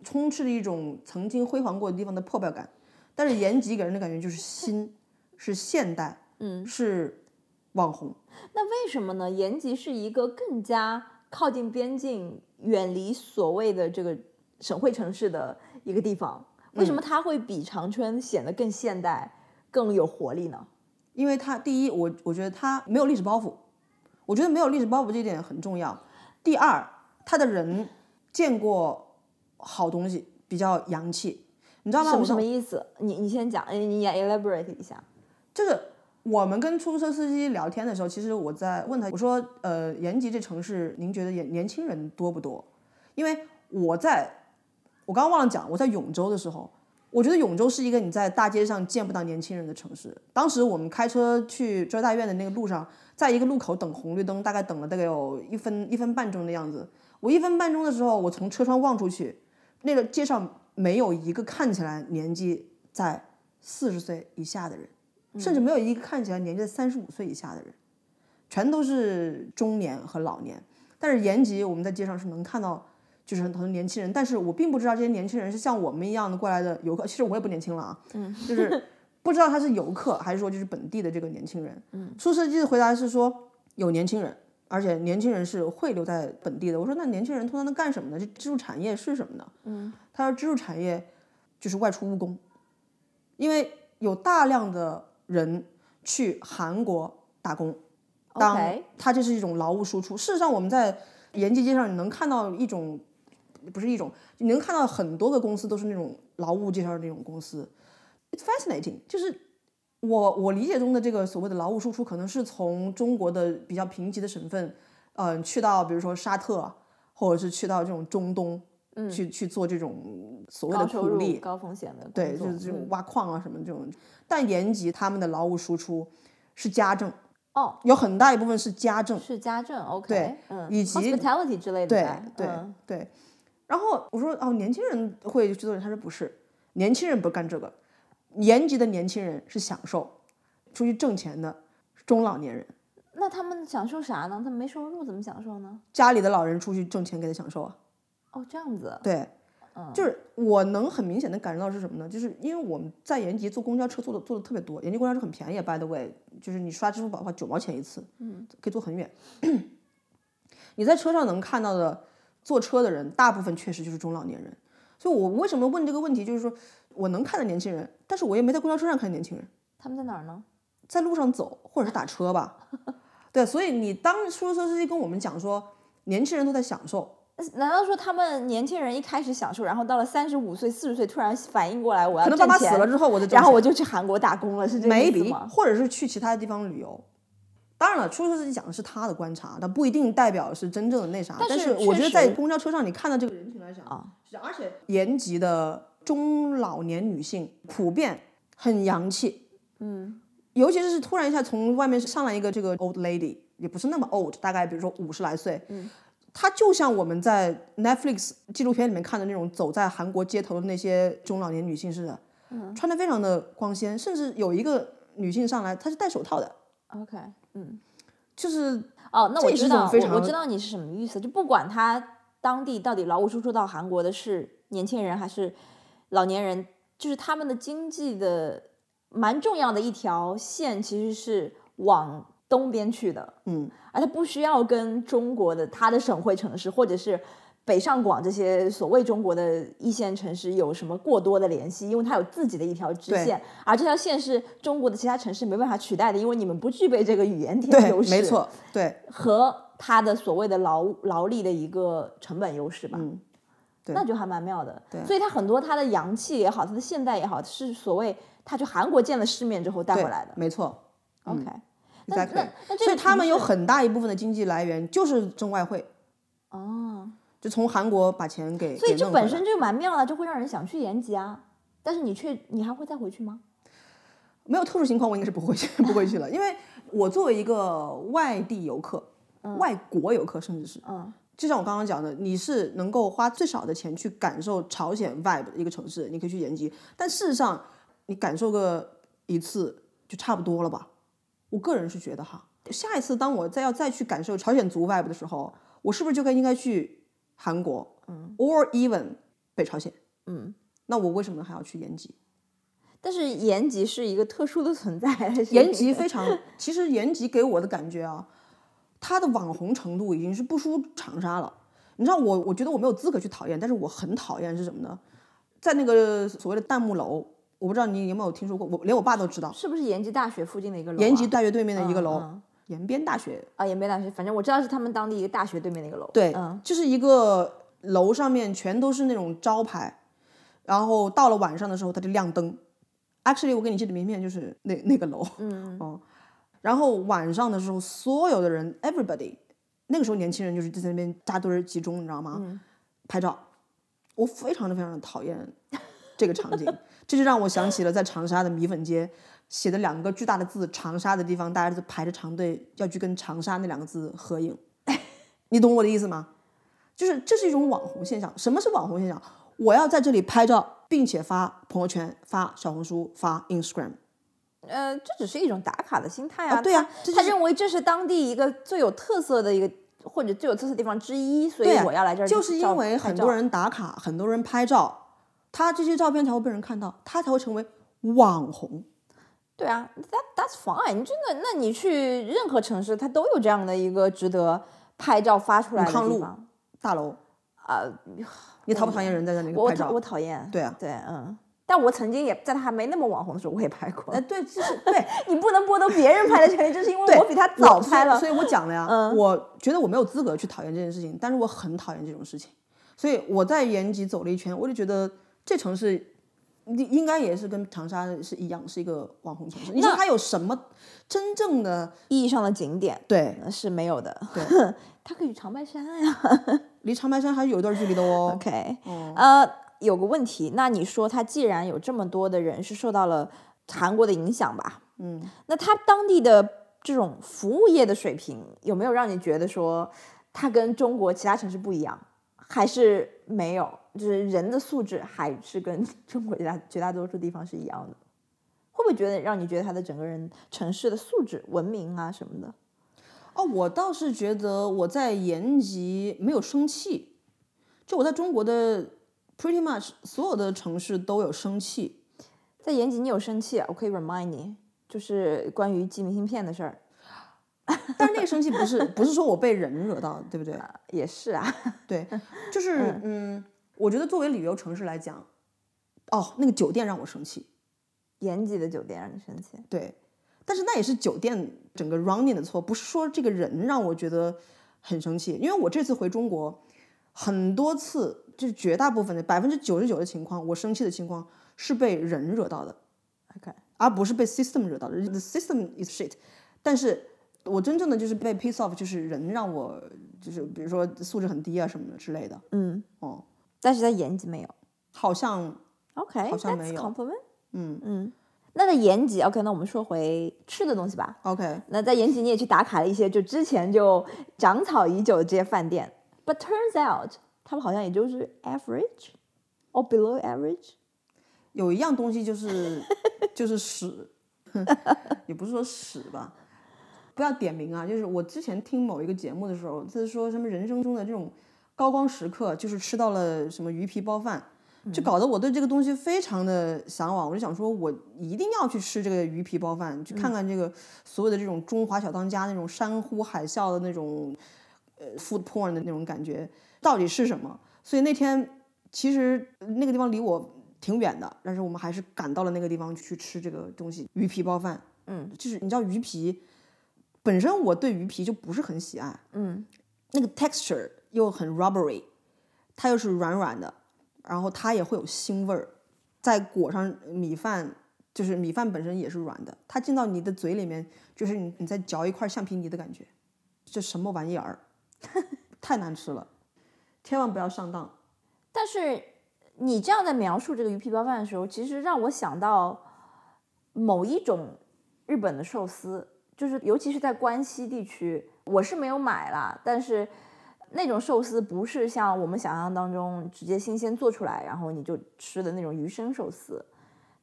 充斥着一种曾经辉煌过的地方的破败感。但是延吉给人的感觉就 是新，是现代，嗯，是网红。那为什么呢？延吉是一个更加靠近边境、远离所谓的这个省会城市的一个地方，为嗯什么它会比长春显得更现代、更有活力呢？因为它第一，我我觉得它没有历史包袱，我觉得没有历史包袱这一点很重要。第二，它的人见过好东西，比较洋气，你知道吗？什么我什么说意思？你你先讲，哎你也 elaborate 一下。就是我们跟出租车司机聊天的时候，其实我在问他，我说，呃，延吉这城市，您觉得年年轻人多不多？因为我在，我刚刚忘了讲，我在永州的时候，我觉得永州是一个你在大街上见不到年轻人的城市。当时我们开车去中大院的那个路上，在一个路口等红绿灯，大概等了大概有一分一分半钟的样子。我一分半钟的时候，我从车窗望出去，那个街上没有一个看起来年纪在四十岁以下的人，甚至没有一个看起来年纪在三十五岁以下的人，全都是中年和老年。但是延吉，我们在街上是能看到，就是很多年轻人，但是我并不知道这些年轻人是像我们一样的过来的游客。其实我也不年轻了啊，嗯， 就是不知道他是游客还是说就是本地的这个年轻人。嗯，出设计的回答是说有年轻人，而且年轻人是会留在本地的。我说那年轻人通常都干什么呢？这支柱产业是什么呢？嗯，他说支柱产业就是外出务工，因为有大量的人去韩国打工。当 OK 它这是一种劳务输出。事实上，我们在延吉街上你能看到一种，不是一种，你能看到很多个公司都是那种劳务介绍的那种公司。It's fascinating，就是我我理解中的这个所谓的劳务输出，可能是从中国的比较贫瘠的省份，嗯、去到比如说沙特，啊或者是去到这种中东，嗯、去去做这种所谓的高收苦力入、，高风险的工对，作就是这嗯种挖矿啊什么这种。但延吉他们的劳务输出是家政，哦，有很大一部分是家政。是家政，OK，对嗯，以及 hospitality 之类的对吧，对嗯对。然后我说哦，年轻人会去做这个，他说不是，年轻人不干这个，延吉的年轻人是享受，出去挣钱的中老年人，那他们享受啥呢？他们没收入怎么享受呢？家里的老人出去挣钱给他享受啊。哦，这样子，对，就是我能很明显的感受到是什么呢？就是因为我们在延吉坐公交车坐的坐的特别多，延吉公交车很便宜，by 啊 the way，就是你刷支付宝的话九毛钱一次，嗯，可以坐很远。你在车上能看到的坐车的人，大部分确实就是中老年人。所以我为什么问这个问题，就是说我能看到年轻人，但是我也没在公交车上看见年轻人。他们在哪儿呢？在路上走，或者是打车吧。对，所以你当出租车司机跟我们讲说，年轻人都在享受，难道说他们年轻人一开始享受，然后到了三十五岁、四十岁突然反应过来我要可能爸爸啊挣死钱了，之后，我的然后我就去韩国打工了，是这个意思 maybe 吗？或者是去其他地方旅游。当然了，出租车司机讲的是他的观察，但不一定代表是真正的那啥。但但是我觉确得在实公交车上，你看到这个人群来讲啊，是这样而且延吉的中老年女性普遍很洋气，嗯，尤其是突然一下从外面上来一个这个 old lady，也不是那么 old，大概比如说五十来岁，嗯，她就像我们在 Netflix 纪录片里面看的那种走在韩国街头的那些中老年女性似的，嗯，穿的非常的光鲜，甚至有一个女性上来，她是戴手套的， OK，嗯，就是哦，那这我也是知一种道，非我我常知道你是什么意思，就不管他当地到底劳务输出到韩国的是年轻人还是老年人，就是他们的经济的蛮重要的一条线其实是往东边去的，嗯，而啊它不需要跟中国的它的省会城市或者是。北上广这些所谓中国的一线城市有什么过多的联系？因为它有自己的一条支对线，而这条线是中国的其他城市没办法取代的，因为你们不具备这个语言点对优，势。没错，对，和他的所谓的劳劳力的一个成本优势吧。嗯对那就还蛮妙的。对所以他很多他的洋气也好，他的现代也好，是所谓他去韩国见了世面之后带对回来的。没错， OK，那 exactly 那那这所个以他们有城市很大一部分的经济来源就是挣外汇，哦，就从韩国把钱给，所以给这弄本回来身就蛮妙的，就会让人想去延吉啊。但是你却你还会再回去吗？没有特殊情况，我应该是不会去， 不会去 了，因为我作为一个外地游客，外国游客，甚至是，嗯，就像我刚刚讲的，你是能够花最少的钱去感受朝鲜 vibe 的一个城市，你可以去延吉，但事实上你感受个一次就差不多了吧？我个人是觉得哈，下一次当我再要再去感受朝鲜族 vibe 的时候，我是不是就该应该去韩国，嗯，or even 北朝鲜，嗯，那我为什么还要去延吉？但是延吉是一个特殊的存在， 是延吉非常，其实延吉给我的感觉啊，它的网红程度已经是不输长沙了。你知道我，我觉得我没有资格去讨厌，但是我很讨厌是什么呢？在那个所谓的弹幕楼，我不知道你有没有听说过，我连我爸都知道，是不是延吉大学附近的一个楼啊、延吉大学对面的一个嗯楼，嗯延边大学，啊，延边大学，反正我知道是他们当地一个大学对面的一个楼。对，嗯，就是一个楼上面全都是那种招牌，然后到了晚上的时候它就亮灯。Actually，我给你寄的名片就是那那个楼，嗯哦，然后晚上的时候，所有的人，everybody，那个时候年轻人就是就在那边扎堆儿集中，你知道吗？嗯拍照，我非常的非常的讨厌这个场景， 这就让我想起了在长沙的米粉街写的两个巨大的字“长沙”的地方，大家就排着长队要去跟“长沙”那两个字合影。你懂我的意思吗？就是这是一种网红现象。什么是网红现象？我要在这里拍照，并且发朋友圈、发小红书、发 Instagram。呃，这只是一种打卡的心态啊对啊他这就他是认为这是当地一个最有特色的一个或者最有特色的地方之一，所以对啊我要来这儿照。就是因为拍很照多人打卡，很多人拍照，他这些照片才会被人看到，他才会成为网红。对啊，that that's fine。真的，那你去任何城市，它都有这样的一个值得拍照发出来的武康地路方大楼，啊、呃你讨不讨厌人在那里我拍讨照我？讨厌。对啊对，嗯。但我曾经也在他还没那么网红的时候，我也拍过哎，。对，就是对， 你不能剥夺别人拍的权利，就是因为对我比他早我所以拍了所。以我讲了呀，嗯我觉得我没有资格去讨厌这件事情，但是我很讨厌这种事情，所以我在延吉走了一圈，我就觉得这城市。你应该也是跟长沙是一样，是一个网红城市。你说它有什么真正的意义上的景点对？呃是没有的。对，他可以去长白山呀、离长白山还是有一段距离的哦。 OK，、呃，有个问题，那你说他既然有这么多的人是受到了韩国的影响吧，嗯，那他当地的这种服务业的水平有没有让你觉得说他跟中国其他城市不一样，还是没有？就是人的素质还是跟 中国绝大绝大多数地方是一样的？会不会觉得让你觉得他的整个人城市的素质、文明啊什么的？哦，我倒是觉得我在延吉没有生气，就我在中国的 pretty much 所有的城市都有生气。在延吉，你有生气、啊？我可以 remind 你，就是关于寄明信片的事儿，但是那个生气不是不是说我被人惹到，对不对？也是啊。 对，就是嗯，我觉得作为旅游城市来讲，哦，那个酒店让我生气，延吉的酒店让你生气，对，但是那也是酒店整个 running 的错，不是说这个人让我觉得很生气，因为我这次回中国很多次，就是绝大部分的百分之九十九的情况，我生气的情况是被人惹到的 OK 而不是被 system 惹到的。The system is shit，但是。我真正的就是被 piss off，就是人让我就是比如说素质很低啊什么的之类的，嗯，哦，但是在延吉没有。好像 OK，好像没有 that's compliment。嗯嗯，那在延吉，OK，那我们说回吃的东西吧。 OK，那在延吉，你也去打卡了一些就之前就长草已久的这些饭店，but turns out 他们好像也就是 average or below average。有一样东西就是 就是屎，也不是说屎吧，不要点名啊。就是我之前听某一个节目的时候，就是说什么人生中的这种高光时刻，就是吃到了什么鱼皮包饭，就搞得我对这个东西非常的向往。我就想说，我一定要去吃这个鱼皮包饭，去看看这个所有的这种中华小当家那种山呼海啸的那种呃 food porn 的那种感觉到底是什么。所以那天其实呃那个地方离我挺远的，但是我们还是赶到了那个地方去吃这个东西——鱼皮包饭。嗯，就是你知道鱼皮本身我对鱼皮就不是很喜爱，嗯，那个 texture 又很 rubbery，它又是软软的，然后它也会有腥味儿，再裹上米饭。就是米饭本身也是软的，它进到你的嘴里面，就是你你在嚼一块橡皮泥的感觉，这什么玩意儿？ 太难吃了，千万不要上当。但是你这样在描述这个鱼皮包饭的时候，其实让我想到某一种日本的寿司，就是尤其是在关西地区，我是没有买啦，但是那种寿司不是像我们想象当中直接新鲜做出来，然后你就吃的那种鱼生寿司，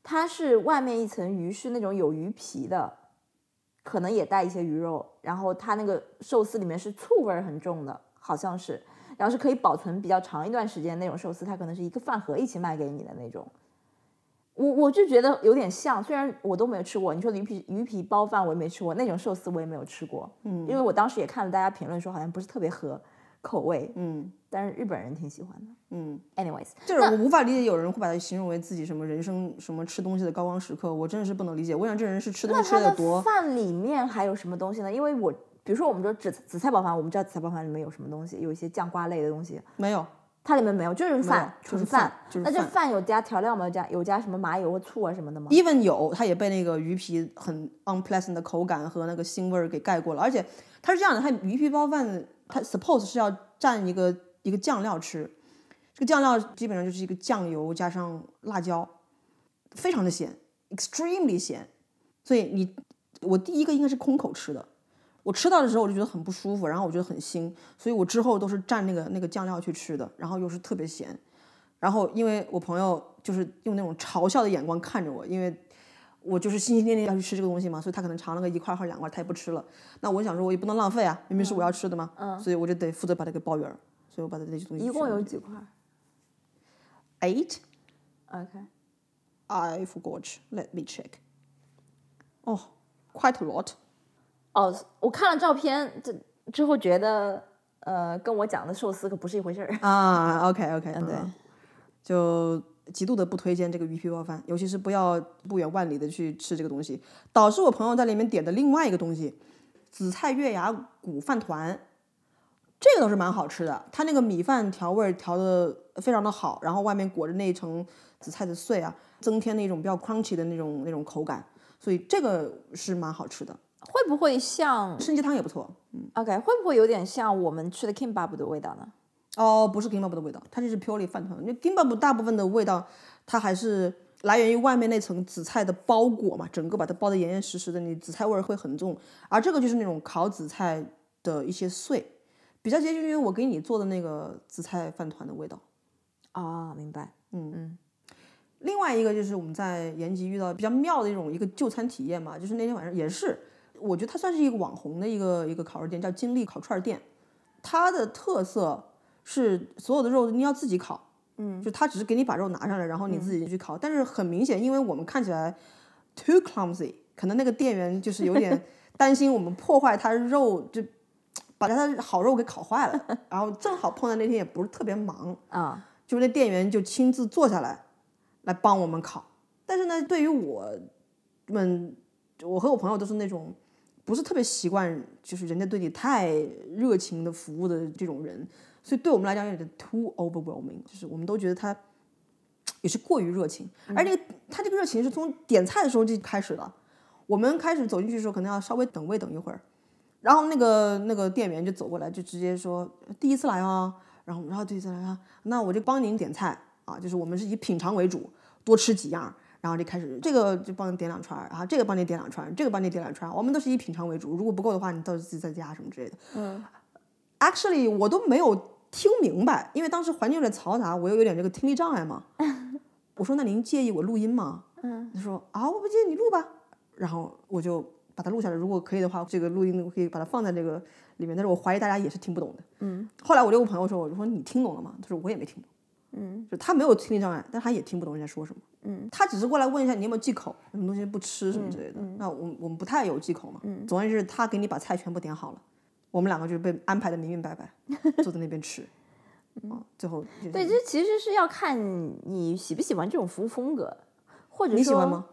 它是外面一层鱼是那种有鱼皮的。可能也带一些鱼肉，然后它那个寿司里面是醋味儿很重的，好像是，然后是可以保存比较长一段时间那种寿司，它可能是一个饭盒一起卖给你的那种。我我就觉得有点像，虽然我都没有吃过，你说的鱼皮鱼皮包饭我也没吃过，那种寿司我也没有吃过，嗯，因为我当时也看了大家评论说好像不是特别合口味，嗯但是日本人挺喜欢的。嗯， Anyways，就是我无法理解有人会把它形容为自己什么人生什么吃东西的高光时刻，我真的是不能理解。我想这人是吃东那西吃它的的多饭里面还有什么东西呢？因为我比如说我们说紫紫菜包饭，我们知道紫菜包饭里面有什么东西，有一些酱瓜类的东西，没有？它里面没有，就是饭，就纯是饭就是那这饭饭有加调料吗？有加有加什么麻油、醋啊什么的吗？ even 有，它也被那个鱼皮很 unpleasant 的口感和那个腥味儿给盖过了。而且它是这样的，它鱼皮包饭它 suppose 是要蘸一个一个酱料吃，这个酱料基本上就是一个酱油加上辣椒，非常的咸，extremely 咸。所以你，我第一个应该是空口吃的。我吃到的时候我就觉得很不舒服，然后我觉得很腥，所以我之后都是蘸那个那个酱料去吃的，然后又是特别咸。然后因为我朋友就是用那种嘲笑的眼光看着我，因为我就是心心念念要去吃这个东西嘛，所以他可能尝了个一块或者两块，他也不吃了。那我想说，我也不能浪费啊，明明是嗯我要吃的嘛，所以我就得负责把它给包圆儿。所以我把它那些东西一共全有部几块 eight。 ？OK， I forgot. Let me check. 哦、quite a lot. 哦，我看了照片，这之后觉得，呃，跟我讲的寿司可不是一回事儿。啊，OK OK，对嗯，就极度的不推荐这个鱼皮泡饭，尤其是不要不远万里的去吃这个东西，导致我朋友在里面点的另外一个东西，紫菜月牙骨饭团，这个倒是蛮好吃的，它那个米饭调味儿调的非常的好，然后外面裹着那一层紫菜的碎啊，增添那种比较 crunchy 的那种那种口感，所以这个是蛮好吃的，会不会像参鸡汤也不错。 OK？会不会有点像我们吃的 kimbap 的味道呢？哦，不是 kimbap 的味道，它这是 purely 饭团。那 kimbap 大部分的味道，它还是来源于外面那层紫菜的包裹嘛，整个把它包得严严实实的，你紫菜味儿会很重。而这个就是那种烤紫菜的一些碎，比较接近于我给你做的那个紫菜饭团的味道。啊、明白。另外一个就是我们在延吉遇到比较妙的一种一个就餐体验嘛，就是那天晚上也是，我觉得它算是一个网红的一个一个烤肉店，叫金利烤串儿店。它的特色是所有的肉你要自己烤，嗯，就它只是给你把肉拿上来，然后你自己去烤。但是很明显，因为我们看起来 too clumsy，可能那个店员就是有点担心我们破坏它肉，就把它的好肉给烤坏了。然后正好碰到那天也不是特别忙，啊、就是那店员就亲自坐下来来帮我们烤。但是呢，对于我们，我和我朋友都是那种不是特别习惯，就是人家对你太热情的服务的这种人，所以对我们来讲有点 too overwhelming，就是我们都觉得他也是过于热情，而这个他这个热情是从点菜的时候就开始了。我们开始走进去的时候，可能要稍微等位等一会儿，然后那个那个店员就走过来，就直接说第一次来啊，然后我们说啊，对，再来啊，那我就帮您点菜啊，就是我们是以品尝为主，多吃几样，然后就开始这个就帮你点两串儿啊，这个帮你点两串儿，这个帮你点两串儿，我们都是以品尝为主，如果不够的话，你到时候自己再加什么之类的。嗯，actually 我都没有听明白，因为当时环境有点嘈杂，我又有点这个听力障碍嘛。我说那您介意我录音吗？嗯，他说啊，我不介意你录吧。然后我就把它录下来，如果可以的话，这个录音我可以把它放在这个里面，但是我怀疑大家也是听不懂的。嗯，后来我就问朋友说，我就说你听懂了吗？他说我也没听懂。嗯，就他没有听力障碍，但他也听不懂人家说什么。嗯，他只是过来问一下你有没有忌口，什么东西不吃什么之类的。那我们我们不太有忌口嘛。嗯，总而言之，他给你把菜全部点好了，我们两个就被安排的明明白 白，坐在那边吃。嗯，最后就是对，这其实是要看你喜不喜欢这种服务风格，或者说你喜欢吗？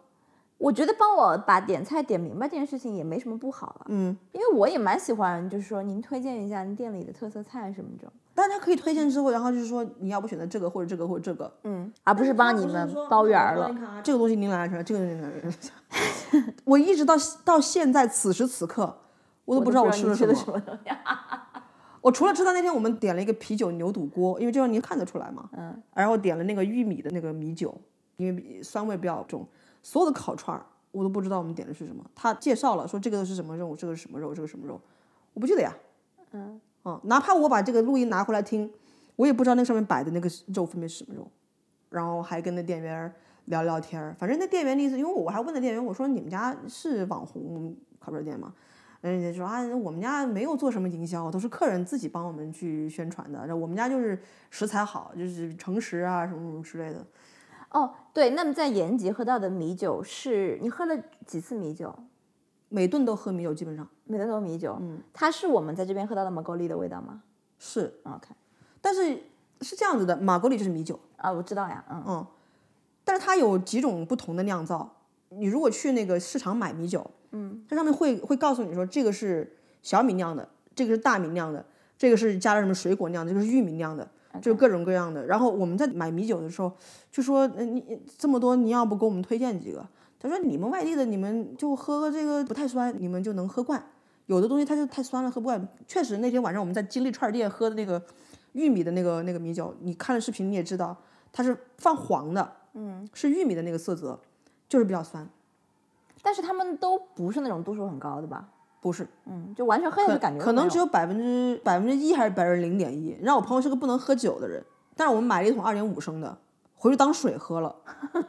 我觉得帮我把点菜点明白这件事情也没什么不好了，嗯，因为我也蛮喜欢，就是说您推荐一下您店里的特色菜什么这种，但是他可以推荐之后，然后就是说你要不选择这个或者这个或者这个，嗯，而不是帮你们包圆儿了。这个东西您来着，这个东西您来着。 我一直到到现在此时此刻，我都不知道我我吃都了不什知道么你。吃了什么， 我除了知道那天我们点了一个啤酒牛肚锅，因为这样您看得出来嘛。嗯。然后点了那个玉米的那个米酒，因为酸味比较重。所有的烤串儿我都不知道我们点的是什么。他介绍了说这个是什么肉，这个是什么肉，这个是什么肉，我不记得呀。嗯。啊，哪怕我把这个录音拿回来听，我也不知道那上面摆的那个肉分别是什么肉。然后还跟那店员聊聊天儿，反正那店员的意思，因为我还问那店员，我说你们家是网红烤串店吗？人家说啊，我们家没有做什么营销，都是客人自己帮我们去宣传的。那我们家就是食材好，就是诚实啊，什么什么之类的。哦，对，那么在延吉喝到的米酒是你喝了几次米酒？每顿都喝米酒，基本上美德多米酒，嗯，它是我们在这边喝到的马格利的味道吗是， ？OK，但是是这样子的，马格里就是米酒，啊，我知道呀，嗯，嗯，但是它有几种不同的酿造。你如果去那个市场买米酒，嗯，它上面会会告诉你说这个是小米酿的，这个是大米酿的，这个是加了什么水果酿的，这个是玉米酿的，就是各种各样的。然后我们在买米酒的时候就说，呃你你这么多，你要不给我们推荐几个？他说你们外地的，你们就喝个这个不太酸，你们就能喝惯。有的东西它就太酸了，喝不惯。确实，那天晚上我们在金利串儿店喝的那个玉米的那个那个米酒，你看了视频你也知道，它是泛黄的，嗯，是玉米的那个色泽，就是比较酸，但是他们都不是那种度数很高的吧？不是，嗯，就完全喝下去感觉可能只有有百分之百分之一还是百分之零点一。然后我朋友是个不能喝酒的人，但是我们买了一桶二点五升的，回去当水 喝了，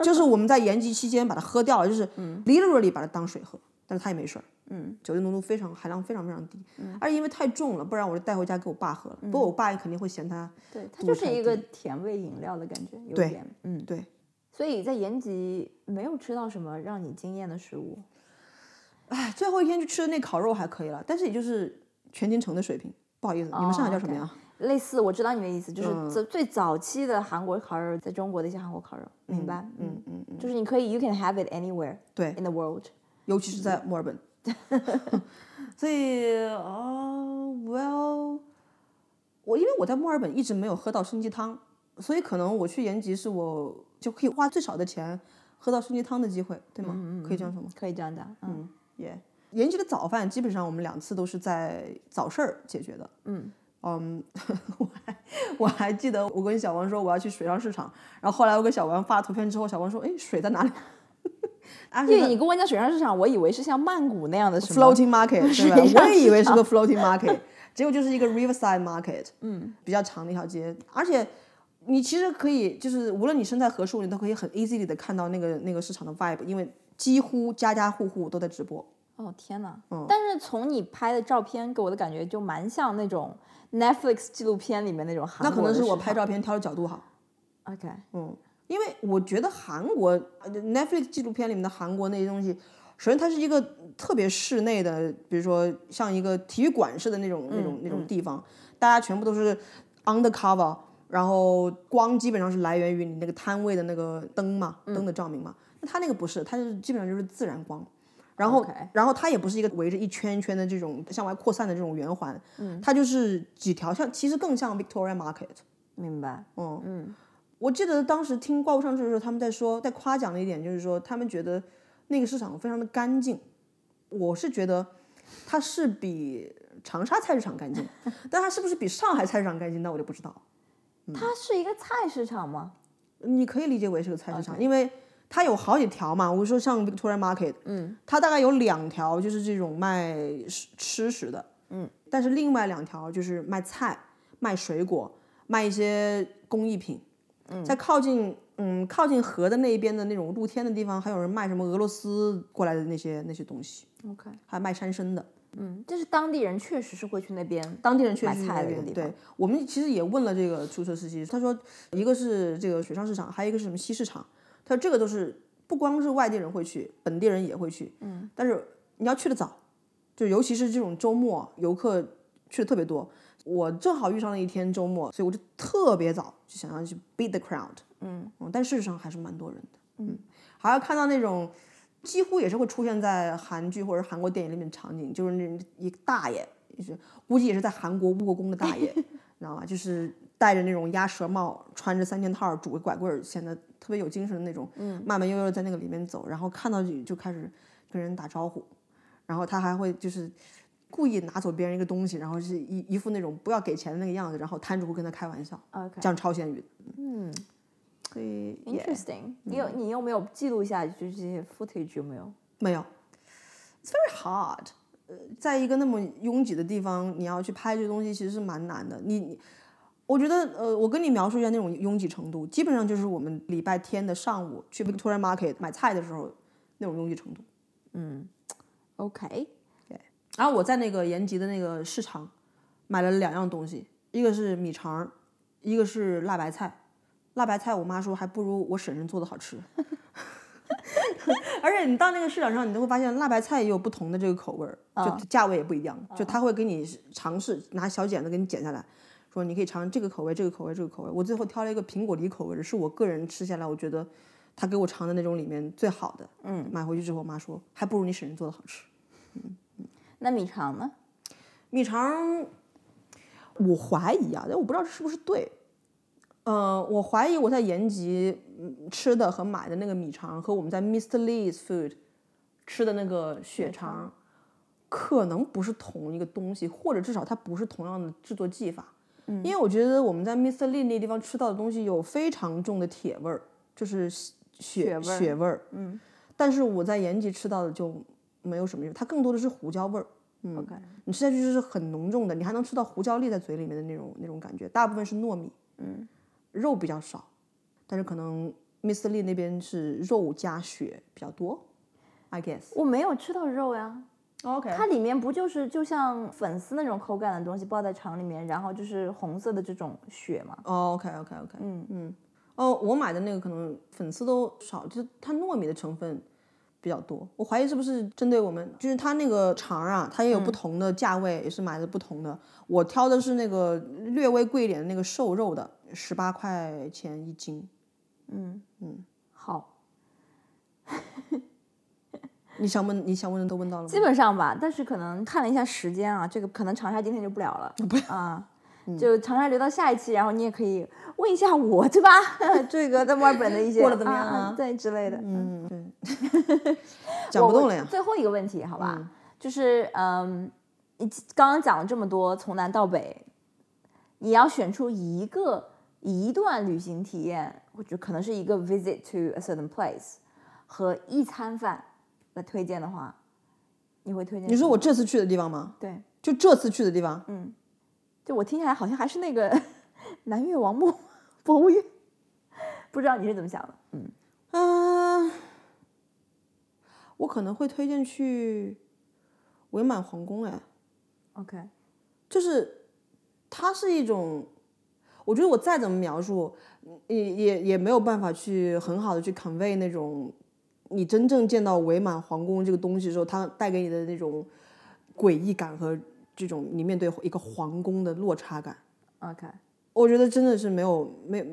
就是我们在延吉期间把它喝掉了，就是嗯 literally 把它当水喝，但是它也没事儿。嗯，酒精浓度非常含量非常非常低，嗯而且因为太重了，不然我就带回家给我爸喝了。不过我爸也肯定会嫌它对，它就是一个甜味饮料的感觉，有一点嗯对。所以在延吉没有吃到什么让你惊艳的食物，哎，最后一天就吃的那烤肉还可以了，但是也就是全京城的水平。不好意思，你们上海叫什么哦呀？类似我知道你的意思，嗯就是最最早期的韩国烤肉，在中国的一些韩国烤肉，明白？嗯嗯嗯，就是你可以 you can have it anywhere 对 in the world，尤其是在墨尔本。 所以啊、w e l l 我因为我在墨尔本一直没有喝到参鸡汤，所以可能我去延吉是我就可以花最少的钱喝到参鸡汤的机会，对吗？可以这样说吗？可以这样讲，嗯，耶、延吉的早饭基本上我们两次都是在早市儿解决的。嗯嗯 我还我还记得我跟小王说我要去水上市场，然后后来我给小王发图片之后，小王说：“哎，水在哪里？”啊因为你跟我讲水上市场，我以为是像曼谷那样的什么 floating market，对 水吧？上我也以为市是个 floating market，结果就是一个 riverside market，嗯，比较长的一条街，而且你其实可以，就是无论你身在何处，你都可以很 easily 的看到那个那个市场的 vibe，因为几乎家家户户都在直播。哦天哪！嗯但是从你拍的照片给我的感觉就蛮像那种 Netflix 纪录片里面那种韩那可国能的是我市拍照片挑的角度好，场 OK，嗯，因为我觉得韩国呃 Netflix 纪录片里面的韩国那些东西，首先它是一个特别室内的，比如说像一个体育馆似的那种、那种那种地方，大家全部都是 undercover，然后光基本上是来源于你那个摊位的那个灯嘛，灯的照明嘛。那它那个不是，它是基本上就是自然光。然后 OK 然后它也不是一个围着一圈一圈的这种向外扩散的这种圆环，它就是几条像，其实更像 Victoria Market，明白。嗯，我记得当时听怪物上志的时候，他们在说，在夸奖的一点就是说，他们觉得那个市场非常的干净。我是觉得它是比长沙菜市场干净，但它是不是比上海菜市场干净，那我就不知道。嗯它是一个菜市场吗？你可以理解为是个菜市场，因为它有好几条嘛。我说像 Victoria Market，嗯，它大概有两条就是这种卖吃吃食的，嗯，但是另外两条就是卖菜、卖水果、卖一些工艺品。嗯，在靠近嗯靠近河的那一边的那种露天的地方，还有人卖什么俄罗斯过来的那些那些东西， OK，还卖山参的。嗯，就是当地人确实是会去那边，当地人确买实去菜那的一边个地对方，我们其实也问了这个出租车司机，他说一个是这个水上市场，还有一个是什么西市场。他说这个都是不光是外地人会去，本地人也会去。嗯，但是你要去的早，就尤其是这种周末游客去的特别多。我正好遇上了一天周末，所以我就特别早就想要去 beat the crowd。嗯但事实上还是蛮多人的。嗯，还要看到那种。几乎也是会出现在韩剧或者韩国电影里面的场景，就是那一个大爷，就是估计也是在韩国务过工的大爷 ，你知道吗？就是戴着那种鸭舌帽，穿着三件套，拄个拐棍儿，显得特别有精神的那种，嗯慢慢悠悠地在那个里面走，然后看到就就开始跟人打招呼，然后他还会就是故意拿走别人一个东西，然后是一一副那种不要给钱的那个样子，然后摊主会跟他开玩笑 OK 讲朝鲜语，嗯所以也嗯，interesting。你有你有没有记录下就是这些 footage 有没有？没有，it's very hard。呃，在一个那么拥挤的地方，你要去拍这个东西，其实是蛮难的。你，你我觉得，呃，我跟你描述一下那种拥挤程度，基本上就是我们礼拜天的上午去 Victoria Market 买菜的时候那种拥挤程度。 OK，然后我在那个延吉的那个市场买了两样东西，一个是米肠儿，一个是辣白菜。辣白菜，我妈说还不如我婶婶做的好吃。 而且你到那个市场上，你就会发现辣白菜也有不同的这个口味儿，就价位也不一样。就他会给你尝试拿小剪子给你剪下来，说你可以尝这个口味、这个口味、这个口味。我最后挑了一个苹果梨口味的，是我个人吃下来我觉得他给我尝的那种里面最好的。嗯，买回去之后，我妈说还不如你婶婶做的好吃。那米肠呢？米肠，我怀疑啊，但我不知道是不是对。呃，我怀疑我在延吉嗯吃的和买的那个米肠，和我们在 Mr. Lee's Food 吃的那个血肠，可能不是同一个东西，或者至少它不是同样的制作嗯技法。因为我觉得我们在 Mr. Lee 那地方吃到的东西有非常重的铁味儿，就是血血味儿味儿，嗯。但是我在延吉吃到的就没有什么味儿，它更多的是胡椒味儿。嗯 OK 你吃下去就是很浓重的，你还能吃到胡椒粒在嘴里面的那种那种感觉。大部分是糯米，嗯，肉比较少，但是可能 Mr. Lee 那边是肉加血比较多，I guess。我没有吃到肉呀， OK，它里面不就是就像粉丝那种口感的东西包在肠里面，然后就是红色的这种血嘛？哦，OK，OK，OK，嗯嗯，哦，我买的那个可能粉丝都少，就是它糯米的成分比较多，我怀疑是不是针对我们，就是它那个肠儿啊，它也有嗯不同的价位，也是买的不同的。我挑的是那个略微贵一点的那个瘦肉的，十八块钱一斤。好，你想问你想问的都问到了吗基？本上吧，但是可能看了一下时间啊，这个可能长沙今天就不了了，不嗯啊。就长沙留到下一期，然后你也可以问一下我， 对吧？ 这个在墨尔本的一些过得怎么样啊啊对之类的，嗯，嗯，对，讲不动了呀。最后一个问题，好吧，就是嗯，你刚刚讲了这么多，从南到北，你要选出一个一段旅行体验，或者可能是一个 visit to a certain place 和一餐饭来推荐的话，你会推荐什么？你说我这次去的地方吗？对，就这次去的地方，就我听起来好像还是那个 南越王墓博物院，不知道你是怎么想的？嗯，我可能会推荐去伪满皇宫，哎， OK，就是它是一种，我觉得我再怎么描述，也也也没有办法去很好的去 convey 那种你真正见到伪满皇宫这个东西的时候，它带给你的那种诡异感和这种你面对一个皇宫的落差感。 OK，我觉得真的是没有没有，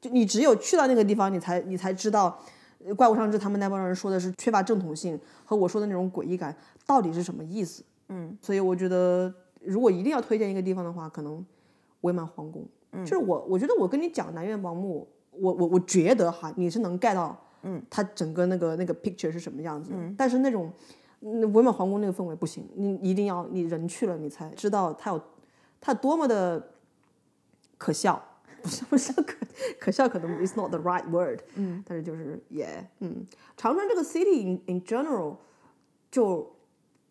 就你只有去到那个地方，你才你才知道，呃怪物上志他们那帮人说的是缺乏正统性和我说的那种诡异感到底是什么意思。嗯，所以我觉得如果一定要推荐一个地方的话，可能伪满皇宫。嗯，就是我我觉得我跟你讲南苑王墓，我我我觉得哈，你是能 get 到，嗯，它整个那个那个 picture 是什么样子的。但是那种嗯伪满皇宫那个氛围不行，你一定要你人去了，你才知道它有它有多么的。可笑， 不是不是可可笑，可能 it's not the right word，嗯，但是就是也、嗯，长春这个 city in in general 就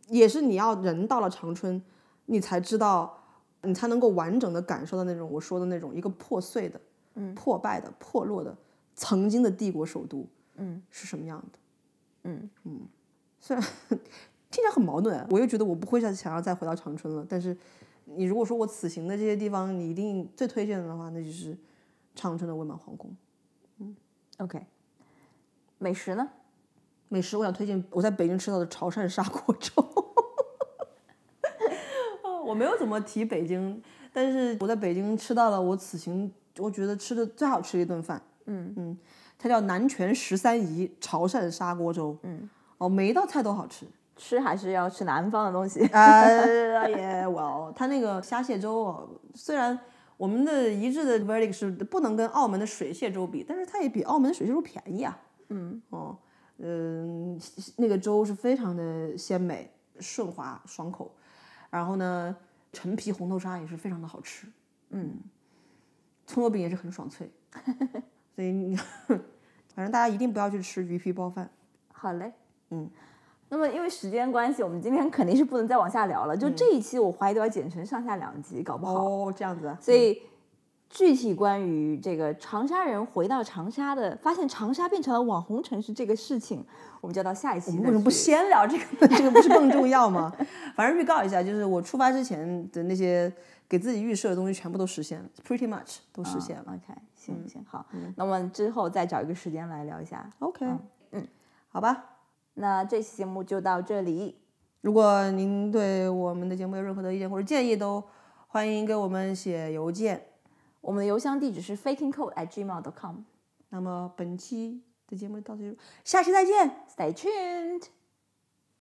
也是你要人到了长春，你才知道，你才能够完整的感受到那种我说的那种一个破碎的、嗯、破败的、破落的曾经的帝国首都，嗯，是什么样的，嗯嗯，虽然 听起来很矛盾，啊我又觉得我不会再想要再回到长春了，但是。你如果说我此行的这些地方，你一定最推荐的话，那就是长春的伪满皇宫。 ，OK，美食呢？美食，我想推荐我在北京吃到的潮汕砂锅粥。 哦我没有怎么提北京，但是我在北京吃到了我此行我觉得吃的最好吃的一顿饭。嗯嗯，它叫南泉十三姨潮汕砂锅粥。嗯，哦，每一道菜都好吃。吃还是要吃南方的东 西。呃，也我它那个虾蟹粥哦，虽然我们的一致的 verdict 是不能跟澳门的水蟹粥比，但是它也比澳门的水蟹粥便宜啊。嗯，哦，嗯、那个粥是非常的鲜美、顺滑、爽口，然后呢，陈皮红豆沙也是非常的好吃。嗯，葱油饼也是很爽 脆，所以你 反正大家一定不要去吃鱼皮包饭。好嘞，嗯。那么因为时间关系，我们今天肯定是不能再往下聊了。就这一期，我怀疑都要剪成上下两集，搞不好。嗯哦，这样子啊，所以，具体关于这个长沙人回到长沙的，发现长沙变成了网红城市这个事情，我们就到下一期再去。为什么不先聊这个呢？这个不是更重要吗？反正预告一下，就是我出发之前的那些给自己预设的东西全部都实现了，pretty much 都实现了。 o k 嗯行行好，那么之后再找一个时间来聊一下。 OK，嗯，好吧。那这期节目就到这里，如果您对我们的节目有任何的意见或者建议，都欢迎给我们写邮件。我们的邮箱地址是 fakingcode at gmail.com。那么本期的节目到此结束，下期再见。 Stay tuned。